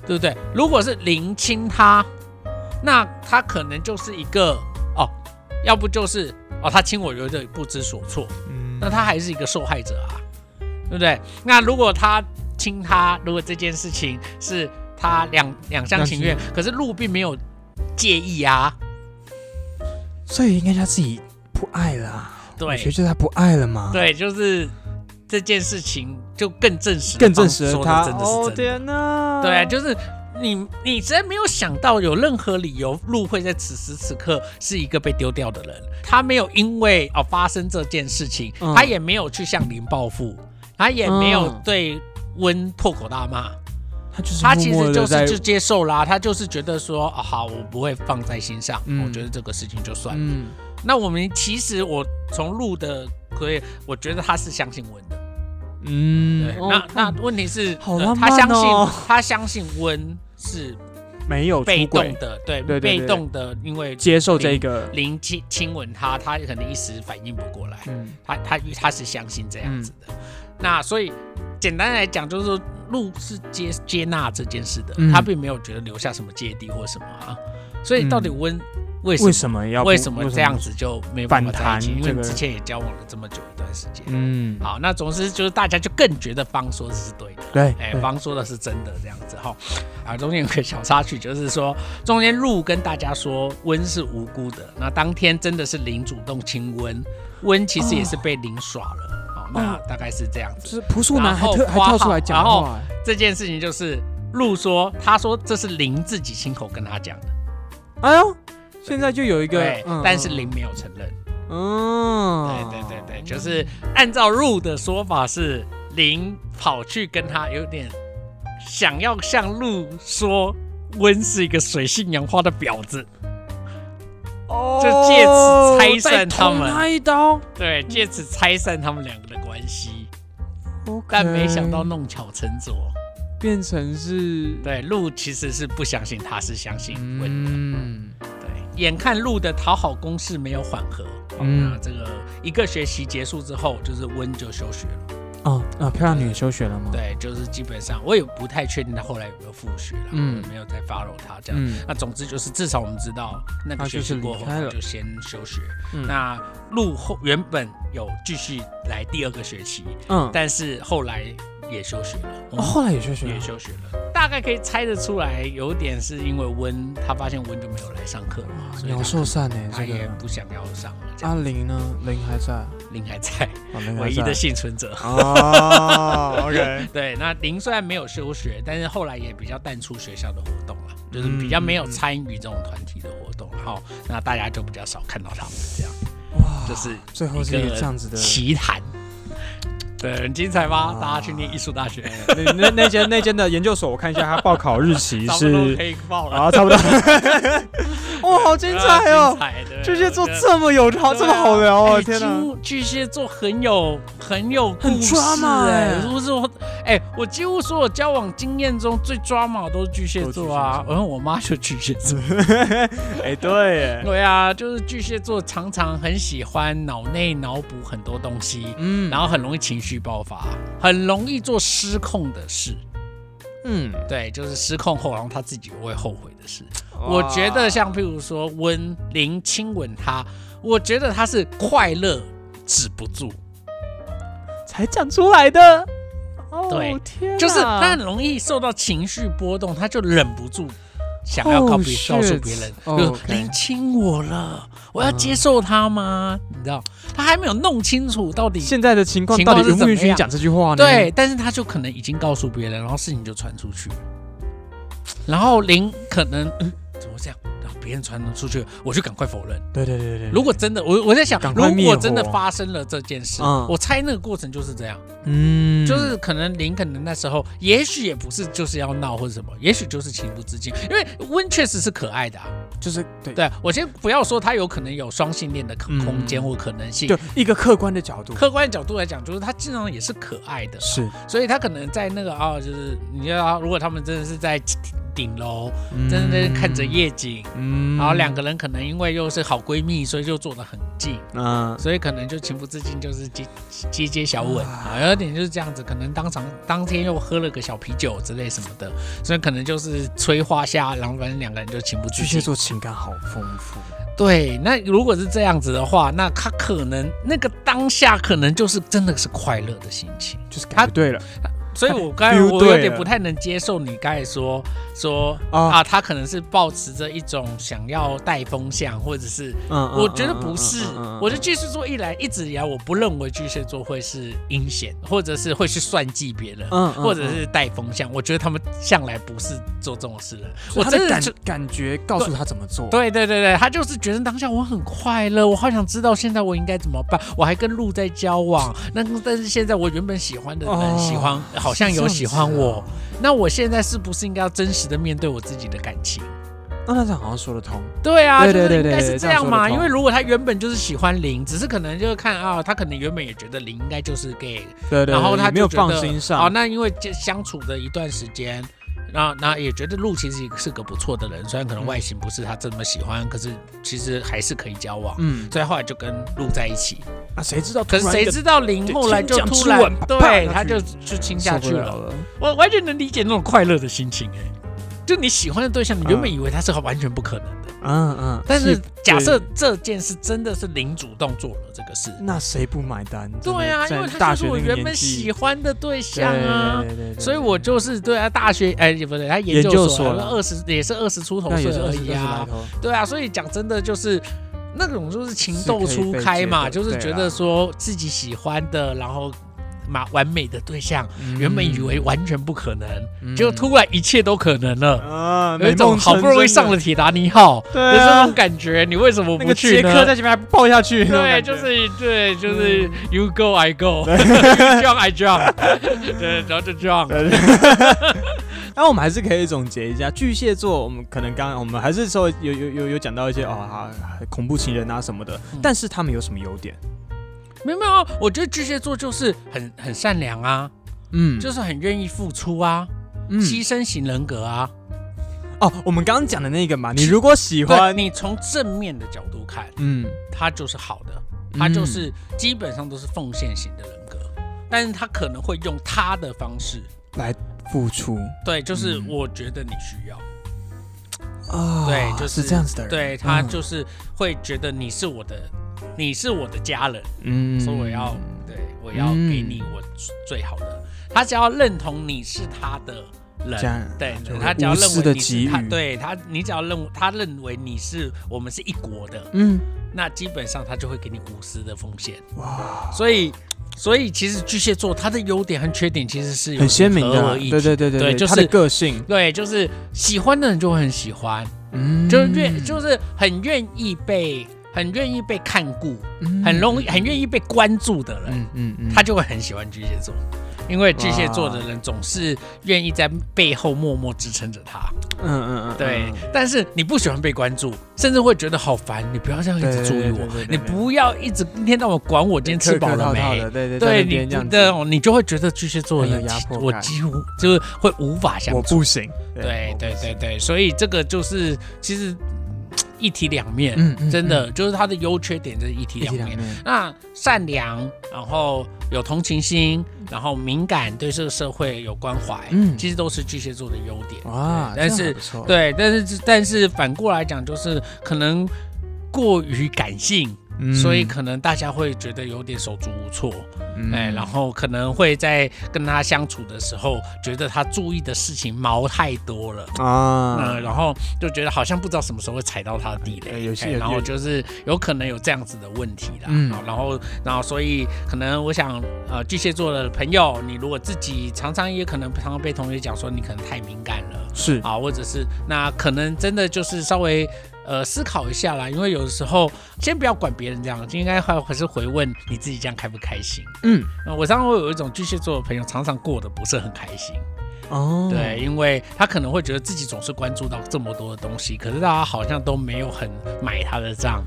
Speaker 1: 对不对？如果是零亲他，那他可能就是一个哦，要不就是哦，他亲我有点不知所措，
Speaker 2: 嗯
Speaker 1: 那他还是一个受害者啊，对不对？那如果他亲他，如果这件事情是他两两厢情愿
Speaker 2: 两，
Speaker 1: 可是鹿并没有介意啊，
Speaker 2: 所以应该是他自己不爱了啊、我
Speaker 1: 对
Speaker 2: 觉得就是他不爱了嘛，，
Speaker 1: 对，就是这件事情就更证实了，
Speaker 2: 更证实了
Speaker 1: 说
Speaker 2: 他哦
Speaker 1: 的真的是真的。
Speaker 2: 哪
Speaker 1: 对，啊就是你，你实在没有想到有任何理由，路会在此时此刻是一个被丢掉的人。他没有因为哦发生这件事情，
Speaker 2: 嗯
Speaker 1: 他也没有去向林报复，他也没有
Speaker 2: 嗯
Speaker 1: 对温破口大骂，
Speaker 2: 他就是
Speaker 1: 他其
Speaker 2: 默默
Speaker 1: 实
Speaker 2: 地
Speaker 1: 就
Speaker 2: 在
Speaker 1: 是就接受啦，他就是觉得说啊好，我不会放在心上，
Speaker 2: 嗯
Speaker 1: 我觉得这个事情就算了。
Speaker 2: 嗯
Speaker 1: 那我们其实我从路的可以，我觉得他是相信温的。对
Speaker 2: 嗯，
Speaker 1: 那那问题是，
Speaker 2: 好
Speaker 1: 呃
Speaker 2: 浪
Speaker 1: 他
Speaker 2: 漫
Speaker 1: 相信
Speaker 2: 哦
Speaker 1: 他相信温是
Speaker 2: 没有
Speaker 1: 被
Speaker 2: 哦出
Speaker 1: 动
Speaker 2: 轨，
Speaker 1: 的，对
Speaker 2: 对对对
Speaker 1: 被动的，因为
Speaker 2: 接受这个，
Speaker 1: 林亲亲吻他，他可能一时反应不过来，
Speaker 2: 嗯
Speaker 1: 他他他是相信这样子的。那所以简单来讲，就是说路是接接纳这件事的，
Speaker 2: 嗯
Speaker 1: 他并没有觉得留下什么芥蒂或什么啊。所以到底温为什
Speaker 2: 嗯为
Speaker 1: 么
Speaker 2: 什么要
Speaker 1: 为什么这样？子就没有办法
Speaker 2: 反
Speaker 1: 在一
Speaker 2: 弹
Speaker 1: 起？因为
Speaker 2: 这个
Speaker 1: 之前也交往了这么久一段时间。
Speaker 2: 嗯，
Speaker 1: 好，那总之就是大家就更觉得方说的是对的。
Speaker 2: 对，
Speaker 1: 哎，
Speaker 2: 对
Speaker 1: 方说的是真的这样子哈，啊，中间有个小插曲，就是说中间路跟大家说温是无辜的，那当天真的是林主动亲温，温其实也是被林耍了，哦，那大概是这样
Speaker 2: 就
Speaker 1: 子。
Speaker 2: 是朴素男还
Speaker 1: 然后
Speaker 2: 特还
Speaker 1: 花
Speaker 2: 跳出
Speaker 1: 号
Speaker 2: 来讲
Speaker 1: 然后
Speaker 2: 话，欸
Speaker 1: 这件事情就是路说，他说这是林自己亲口跟他讲的，
Speaker 2: 哎呦，现在就有一个
Speaker 1: 对，，但是林，没有承认，
Speaker 2: 嗯，
Speaker 1: 对对对对，就是按照路的说法是林跑去跟他有点想要向路说。温是一个水性杨花的婊子，
Speaker 2: 哦
Speaker 1: 就借此拆散他们
Speaker 2: 再捅他一刀，
Speaker 1: 对，借此拆散他们两个的关系，但没想到
Speaker 2: OK，
Speaker 1: 弄巧成拙。
Speaker 2: 变成是，
Speaker 1: 对，鹿其实是不相信他，是相信温。
Speaker 2: 嗯，
Speaker 1: 对，眼看鹿的讨好攻势没有缓和，
Speaker 2: 嗯
Speaker 1: 嗯，那这个一个学期结束之后，就是温就休学了。
Speaker 2: 哦，啊，漂亮女也休学了吗？，
Speaker 1: 对，就是基本上我也不太确定他后来有没有复学了，嗯
Speaker 2: 嗯，
Speaker 1: 没有再 follow 他这样。
Speaker 2: 嗯，
Speaker 1: 那总之就是，至少我们知道那个
Speaker 2: 他
Speaker 1: 学
Speaker 2: 就是
Speaker 1: 期过后
Speaker 2: 离开了
Speaker 1: 就先休学。
Speaker 2: 嗯
Speaker 1: 那陆后原本有继续来第二个学期，
Speaker 2: 嗯，
Speaker 1: 但是后来也休学了，
Speaker 2: 哦，后来也休学
Speaker 1: 也
Speaker 2: 了，
Speaker 1: 休学了。大概可以猜得出来，有点是因为温他发现温就没有来上课了嘛，所以
Speaker 2: 鸟
Speaker 1: 他
Speaker 2: 兽散呢，
Speaker 1: 他
Speaker 2: 这
Speaker 1: 也
Speaker 2: 个。啊
Speaker 1: 不想要上了。这样
Speaker 2: 阿玲呢？玲还在啊，
Speaker 1: 林还在，
Speaker 2: 哦玲还
Speaker 1: 唯一的
Speaker 2: 在
Speaker 1: 幸存者。
Speaker 2: 哦，OK，
Speaker 1: 对，那林虽然没有休学，但是后来也比较淡出学校的活动了，就是比较没有
Speaker 2: 嗯
Speaker 1: 参与这种团体的活动，然后那大家就比较少看到他们这样，
Speaker 2: 哇，
Speaker 1: 就是
Speaker 2: 最后是一
Speaker 1: 一
Speaker 2: 个
Speaker 1: 个
Speaker 2: 这样子的。
Speaker 1: 奇谈。对，很精彩吧？大家去念艺术大学，
Speaker 2: 那那那间那间的研究所，我看一下他报考日 期
Speaker 1: 差不多
Speaker 2: 是
Speaker 1: 可以报了。
Speaker 2: 啊，差不多。 哇，好精彩
Speaker 1: 啊
Speaker 2: 哦！
Speaker 1: 彩啊的
Speaker 2: 巨蟹座这么有好，这么好聊哦！天哪，
Speaker 1: 哪！哎巨蟹座很有很有故事
Speaker 2: drama
Speaker 1: 哎、
Speaker 2: 哎
Speaker 1: 我是我哎、我几乎所有交往经验中最 drama 的都是巨蟹座啊
Speaker 2: 都是巨蟹，
Speaker 1: 然后我妈就巨蟹座。
Speaker 2: 哎，对耶，
Speaker 1: 对啊，就是巨蟹座常常很喜欢脑内脑补很多东西，
Speaker 2: 嗯
Speaker 1: 然后很容易情绪爆发，很容易做失控的事。
Speaker 2: 嗯，
Speaker 1: 对，就是失控后，然后他自己会后悔的事。我觉得像譬如说温林亲吻他，我觉得他是快乐止不住，
Speaker 2: 才讲出来的，哦
Speaker 1: 对，
Speaker 2: 天哪，
Speaker 1: 就是他很容易受到情绪波动，他就忍不住。想要告别
Speaker 2: Oh, shit.
Speaker 1: 告诉别人，就
Speaker 2: Oh,
Speaker 1: 是
Speaker 2: okay.
Speaker 1: 林亲我了，我要接受他吗？你知道，他还没有弄清楚到底
Speaker 2: 现在的情况
Speaker 1: 情
Speaker 2: 到
Speaker 1: 况
Speaker 2: 底
Speaker 1: 是
Speaker 2: 允不
Speaker 1: 怎
Speaker 2: 允
Speaker 1: 么
Speaker 2: 许你
Speaker 1: 样
Speaker 2: 讲这句话呢？
Speaker 1: 对，，但是他就可能已经告诉别呃人，然后事情就传出去，然后林可能、嗯、怎么会这样，然后别人传出去，我就赶快否认。
Speaker 2: 对对对对，
Speaker 1: 如果真的，我我在想
Speaker 2: 赶，快
Speaker 1: 如
Speaker 2: 灭火
Speaker 1: 果真的发生了这件事，
Speaker 2: 嗯
Speaker 1: 我猜那个过程就是这样，
Speaker 2: 嗯
Speaker 1: 就是可能林肯的那时候，也许也不是就是要闹或者什么，也许就是情不自禁，因为温确实是可爱的、啊，
Speaker 2: 就是对
Speaker 1: 对啊我先不要说他有可能有双性恋的可
Speaker 2: 嗯
Speaker 1: 空间或可能性，
Speaker 2: 就一个客观的角度，
Speaker 1: 客观角度来讲，就是他经常也是可爱的，
Speaker 2: 是
Speaker 1: 所以他可能在那个啊、就是你知道，如果他们真的是在顶楼，真的在看着，夜景，
Speaker 2: 嗯
Speaker 1: 然后两个人可能因为又是好闺蜜，所以就坐得很近。
Speaker 2: 嗯
Speaker 1: 所以可能就情不自禁就是接接接小吻
Speaker 2: 啊
Speaker 1: 啊，有点就是这样子，可能当场当天又喝了个小啤酒之类什么的，所以可能就是催化下，然后反正两个人就情不自
Speaker 2: 巨蟹
Speaker 1: 禁。
Speaker 2: 座情感好丰富，
Speaker 1: 对，那如果是这样子的话，那他可能那个当下可能就是真的是快乐的心情，
Speaker 2: 就是他对了，
Speaker 1: 所以我刚才
Speaker 2: Feel
Speaker 1: 我有
Speaker 2: 对啊
Speaker 1: 点
Speaker 2: 了
Speaker 1: 不太能接受你刚才说说
Speaker 2: 啊
Speaker 1: 啊，他可能是抱持着一种想要带风向，或者是
Speaker 2: 嗯
Speaker 1: 我觉得不是，我觉得巨蟹座一来一直以来，我不认为巨蟹座会是阴险，或者是会去算计别人，
Speaker 2: 嗯
Speaker 1: 或者是带风向。我觉得他们向来不是做这种事的。我
Speaker 2: 我真
Speaker 1: 真
Speaker 2: 的
Speaker 1: 的
Speaker 2: 感
Speaker 1: 就
Speaker 2: 感觉告诉他怎么做，
Speaker 1: 对对对对，他就是觉得当下我很快乐，我好想知道现在我应该怎么办。我还跟路在交往，那但是现在我原本喜欢的人
Speaker 2: 哦
Speaker 1: 喜欢，好像有喜欢
Speaker 2: 是这样
Speaker 1: 我，
Speaker 2: 子
Speaker 1: 那我现在是不是应该要真实的面对我自己的感情？
Speaker 2: 那他这样好像说得通，
Speaker 1: 对啊，
Speaker 2: 对
Speaker 1: 就是
Speaker 2: 对对
Speaker 1: 应该
Speaker 2: 对
Speaker 1: 是
Speaker 2: 对
Speaker 1: 这
Speaker 2: 这样
Speaker 1: 样
Speaker 2: 说
Speaker 1: 嘛。
Speaker 2: 得
Speaker 1: 因为
Speaker 2: 通
Speaker 1: 如果他原本就是喜欢零，只是可能就是看啊，他可能原本也觉得零应该就是 gay，
Speaker 2: 对对，
Speaker 1: 然后他
Speaker 2: 没
Speaker 1: 就
Speaker 2: 有
Speaker 1: 觉
Speaker 2: 放
Speaker 1: 得
Speaker 2: 心
Speaker 1: 哦，
Speaker 2: 上，
Speaker 1: 那因为就相处的一段时间。那那也觉得陆其实是个不错的人，虽然可能
Speaker 2: 嗯
Speaker 1: 外形不是他这么喜欢，可是其实还是可以交往。
Speaker 2: 嗯，
Speaker 1: 所以后来就跟陆在一起，
Speaker 2: 啊，谁知道？
Speaker 1: 可是谁知道林
Speaker 2: 就
Speaker 1: 后来就
Speaker 2: 亲
Speaker 1: 突
Speaker 2: 讲
Speaker 1: 然
Speaker 2: 之吻啪
Speaker 1: 对
Speaker 2: 下
Speaker 1: 他
Speaker 2: 去
Speaker 1: 就就亲下去了。
Speaker 2: 了？
Speaker 1: 我完全能理解那种快乐的心情哎、就你喜欢的对象，你原本以为他是完全不可能的，
Speaker 2: 嗯嗯，
Speaker 1: 但是假设
Speaker 2: 对
Speaker 1: 这件事真的是零主动做了这个事，
Speaker 2: 那谁不买单？真的
Speaker 1: 对啊，因为
Speaker 2: 在
Speaker 1: 他
Speaker 2: 大
Speaker 1: 就是
Speaker 2: 学
Speaker 1: 我
Speaker 2: 那个
Speaker 1: 原
Speaker 2: 年
Speaker 1: 本
Speaker 2: 纪
Speaker 1: 喜欢的对象啊
Speaker 2: 对，对对对对
Speaker 1: 所以我就是对啊，大学哎也不对，他研
Speaker 2: 研
Speaker 1: 究
Speaker 2: 究
Speaker 1: 所
Speaker 2: 所
Speaker 1: 了二十也是二十出头
Speaker 2: 那
Speaker 1: 岁
Speaker 2: 也是
Speaker 1: 而
Speaker 2: 二十
Speaker 1: 已
Speaker 2: 二十来
Speaker 1: 啊，
Speaker 2: 头，
Speaker 1: 对啊，所以讲真的就是。那种就是情
Speaker 2: 是
Speaker 1: 窦
Speaker 2: 可以
Speaker 1: 初
Speaker 2: 被
Speaker 1: 开
Speaker 2: 接
Speaker 1: 嘛，
Speaker 2: 受
Speaker 1: 就是
Speaker 2: 对
Speaker 1: 觉
Speaker 2: 啊
Speaker 1: 得说自己喜欢的，然后嘛完美的对象，
Speaker 2: 嗯
Speaker 1: 原本以为完全不可能，
Speaker 2: 嗯
Speaker 1: 结果突然一切都可能了，
Speaker 2: 啊，
Speaker 1: 有一种好不容易上了铁达尼号
Speaker 2: 对
Speaker 1: 的
Speaker 2: 啊
Speaker 1: 这种感觉，你为什么
Speaker 2: 那
Speaker 1: 不
Speaker 2: 个
Speaker 1: 去
Speaker 2: 杰
Speaker 1: 呢？
Speaker 2: 克在前面还抱下去， 那种
Speaker 1: 对，
Speaker 2: 感觉嗯
Speaker 1: 就是对，就是 you go I go，you jump I jump，对，然 后就 jump。
Speaker 2: 对对那我们还是可以总结一下，巨蟹座，我们可能刚刚我们还是稍微有有有有讲到一些哦啊恐怖情人啊什么的，
Speaker 1: 嗯
Speaker 2: 但是他们有什么优点？
Speaker 1: 没有没有，我觉得巨蟹座就是很很善良啊，
Speaker 2: 嗯
Speaker 1: 就是很愿意付出啊，
Speaker 2: 嗯
Speaker 1: 牺牲型人格啊。
Speaker 2: 哦，我们刚刚讲的那个嘛，你如果喜
Speaker 1: 对，
Speaker 2: 欢，
Speaker 1: 你从正面的角度看，
Speaker 2: 嗯，
Speaker 1: 他就是好的，他就是基本上都是奉献型的人格，但是他可能会用他的方式。
Speaker 2: 付出
Speaker 1: 对，就是
Speaker 2: 嗯
Speaker 1: 我觉得你需要，
Speaker 2: 啊，
Speaker 1: 对就是
Speaker 2: 是这样子的人，
Speaker 1: 对他
Speaker 2: 嗯
Speaker 1: 就是会觉得你是我的，你是我的家人，
Speaker 2: 嗯
Speaker 1: 所以我要对我要给你我最好
Speaker 2: 嗯
Speaker 1: 的。他只要认同你是他的
Speaker 2: 这
Speaker 1: 人，
Speaker 2: 样
Speaker 1: 对
Speaker 2: 就
Speaker 1: 他
Speaker 2: 会
Speaker 1: 只要
Speaker 2: 无
Speaker 1: 认
Speaker 2: 私
Speaker 1: 为
Speaker 2: 的
Speaker 1: 你是
Speaker 2: 给
Speaker 1: 他，
Speaker 2: 予，
Speaker 1: 对他，你只要认他认为你是我们是一国的，
Speaker 2: 嗯，
Speaker 1: 那基本上他就会给你无私的奉献。
Speaker 2: 哇，
Speaker 1: 所以，所以其实巨蟹座它的优点和缺点其实是有
Speaker 2: 很鲜明
Speaker 1: 点
Speaker 2: 的
Speaker 1: 合
Speaker 2: 啊，
Speaker 1: 而易
Speaker 2: 对对对
Speaker 1: 对
Speaker 2: 对，
Speaker 1: 就
Speaker 2: 他的
Speaker 1: 是
Speaker 2: 个性，
Speaker 1: 对，就是喜欢的人就会很喜欢，
Speaker 2: 嗯，
Speaker 1: 就是愿就是很愿意被很愿意被看顾，
Speaker 2: 嗯
Speaker 1: 很容易很愿意被关注的人，
Speaker 2: 嗯嗯嗯，
Speaker 1: 他就会很喜欢巨蟹座，因为巨蟹座的人总是愿意在背后默默支撑着他。
Speaker 2: 嗯嗯嗯，
Speaker 1: 对
Speaker 2: 嗯，
Speaker 1: 但是你不喜欢被关注，甚至会觉得好烦，你不要这样一直注意
Speaker 2: 对对对
Speaker 1: 我
Speaker 2: 对对，
Speaker 1: 你
Speaker 2: 对
Speaker 1: 不要一直一天到晚管我今天吃饱了
Speaker 2: 客客套套
Speaker 1: 没
Speaker 2: 的。对对
Speaker 1: 对
Speaker 2: 对，
Speaker 1: 你
Speaker 2: 你这
Speaker 1: 不
Speaker 2: 样
Speaker 1: 这
Speaker 2: 子，
Speaker 1: 种，你就会觉得巨蟹座
Speaker 2: 很有
Speaker 1: 人
Speaker 2: 压
Speaker 1: 几
Speaker 2: 迫
Speaker 1: 我
Speaker 2: 感
Speaker 1: 几乎就是会无法相
Speaker 2: 我
Speaker 1: 处。
Speaker 2: 不行，
Speaker 1: 对
Speaker 2: 我
Speaker 1: 对
Speaker 2: 不
Speaker 1: 对
Speaker 2: 行，
Speaker 1: 对，所以这个就是其实一体两面，
Speaker 2: 嗯嗯
Speaker 1: 真的就是它的优缺点就是一体
Speaker 2: 一
Speaker 1: 两
Speaker 2: 体两
Speaker 1: 面。
Speaker 2: 面，
Speaker 1: 那善良，然后有同情心，然后敏感，对这个社会有关怀，
Speaker 2: 嗯哦
Speaker 1: 其实都是巨蟹座的优点。
Speaker 2: 哇，
Speaker 1: 但
Speaker 2: 这样
Speaker 1: 是
Speaker 2: 还不错，
Speaker 1: 对，但是但是反过来讲，就是可能过于感性，
Speaker 2: 嗯
Speaker 1: 所以可能大家会觉得有点手足无措，
Speaker 2: 嗯
Speaker 1: 哎，然后可能会在跟他相处的时候，觉得他注意的事情毛太多了。
Speaker 2: 啊
Speaker 1: 呃，，然后就觉得好像不知道什么时候会踩到他的地
Speaker 2: 哎
Speaker 1: 雷，
Speaker 2: 有些
Speaker 1: 哎
Speaker 2: 有
Speaker 1: 然后就是有可能有这样子的问题啦。
Speaker 2: 嗯
Speaker 1: 好然后然后所以可能我想，呃，巨蟹座的朋友，你如果自己常常也可能常常被同学讲说你可能太敏感了。
Speaker 2: 是
Speaker 1: 啊，或者是那可能真的就是稍微呃思考一下啦，因为有的时候先不要管别人这样，就应该还还是回问你自己这样开不开心。
Speaker 2: 嗯，
Speaker 1: 呃我常常会有一种巨蟹座的朋友，常常过得不是很开心。
Speaker 2: 哦，
Speaker 1: 对，因为他可能会觉得自己总是关注到这么多的东西，可是大家好像都没有很买他的账，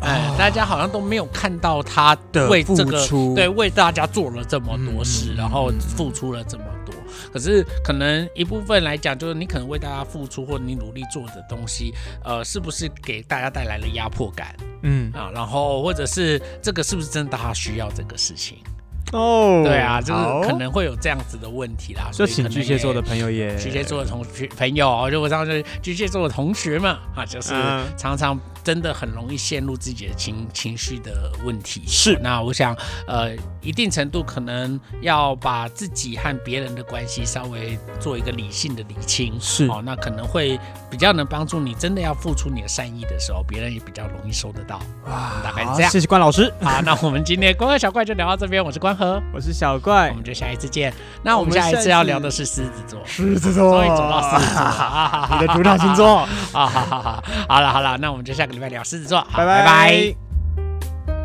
Speaker 1: 哎、
Speaker 2: 哦
Speaker 1: 大家好像都没有看到他
Speaker 2: 的
Speaker 1: 为这个
Speaker 2: 付出
Speaker 1: 对为大家做了这么多事，
Speaker 2: 嗯嗯
Speaker 1: 然后
Speaker 2: 嗯
Speaker 1: 付出了这么多。可是可能一部分来讲，就是你可能为大家付出或你努力做的东西，呃，是不是给大家带来了压迫感
Speaker 2: 嗯，
Speaker 1: 啊？然后或者是这个是不是真的大家需要这个事情？
Speaker 2: 哦，
Speaker 1: 对啊，就是
Speaker 2: 好
Speaker 1: 可，能会有这样子的问题啦。
Speaker 2: 就
Speaker 1: 所以
Speaker 2: 请
Speaker 1: 可能
Speaker 2: 巨蟹座
Speaker 1: 也
Speaker 2: 的朋友也
Speaker 1: 巨蟹座的同学朋友，就我上次巨蟹座的同学们啊，就是
Speaker 2: 嗯
Speaker 1: 常常真的很容易陷入自己的情情绪的问题。
Speaker 2: 是
Speaker 1: 那我想，呃，一定程度可能要把自己和别人的关系稍微做一个理性的理清。
Speaker 2: 是
Speaker 1: 哦，那可能会比较能帮助你，真的要付出你的善意的时候，别人也比较容易收得到。
Speaker 2: 哇
Speaker 1: 大概
Speaker 2: 好
Speaker 1: 这样
Speaker 2: 谢谢关老师，
Speaker 1: 好，那我们今天关关小怪就聊到这边，我是关河，
Speaker 2: 我是小怪
Speaker 1: 我，们就下一次见。那我们
Speaker 2: 我们
Speaker 1: 下一
Speaker 2: 下一
Speaker 1: 次要
Speaker 2: 次
Speaker 1: 聊的是狮子座，
Speaker 2: 狮子座
Speaker 1: 终于走到狮子座了，
Speaker 2: 你的主场星座，
Speaker 1: 啊， 好好好，好了好了，那我们就下个礼拜聊狮子座，好
Speaker 2: 拜
Speaker 1: 拜拜。。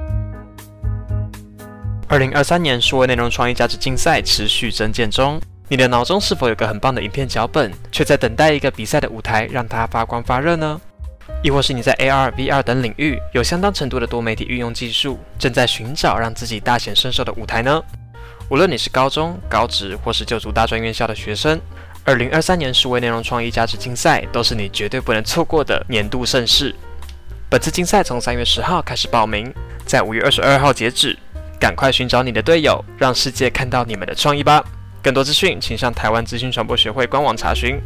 Speaker 3: 二零二三年数位内容创意价值竞赛持续增建中。你的脑中是否有个很棒的影片脚本，却在等待一个比赛的舞台让它发光发热呢？亦或是你在 AR、VR 等领域有相当程度的多媒体运用技术，正在寻找让自己大显身手的舞台呢？无论你是高中、高职或是就读大专院校的学生，二零二三年数位内容创意价值竞赛都是你绝对不能错过的年度盛事。本次竞赛从三月十号开始报名，在五月二十二号截止。赶快寻找你的队友，让世界看到你们的创意吧！更多资讯，请上台湾资讯传播学会官网查询。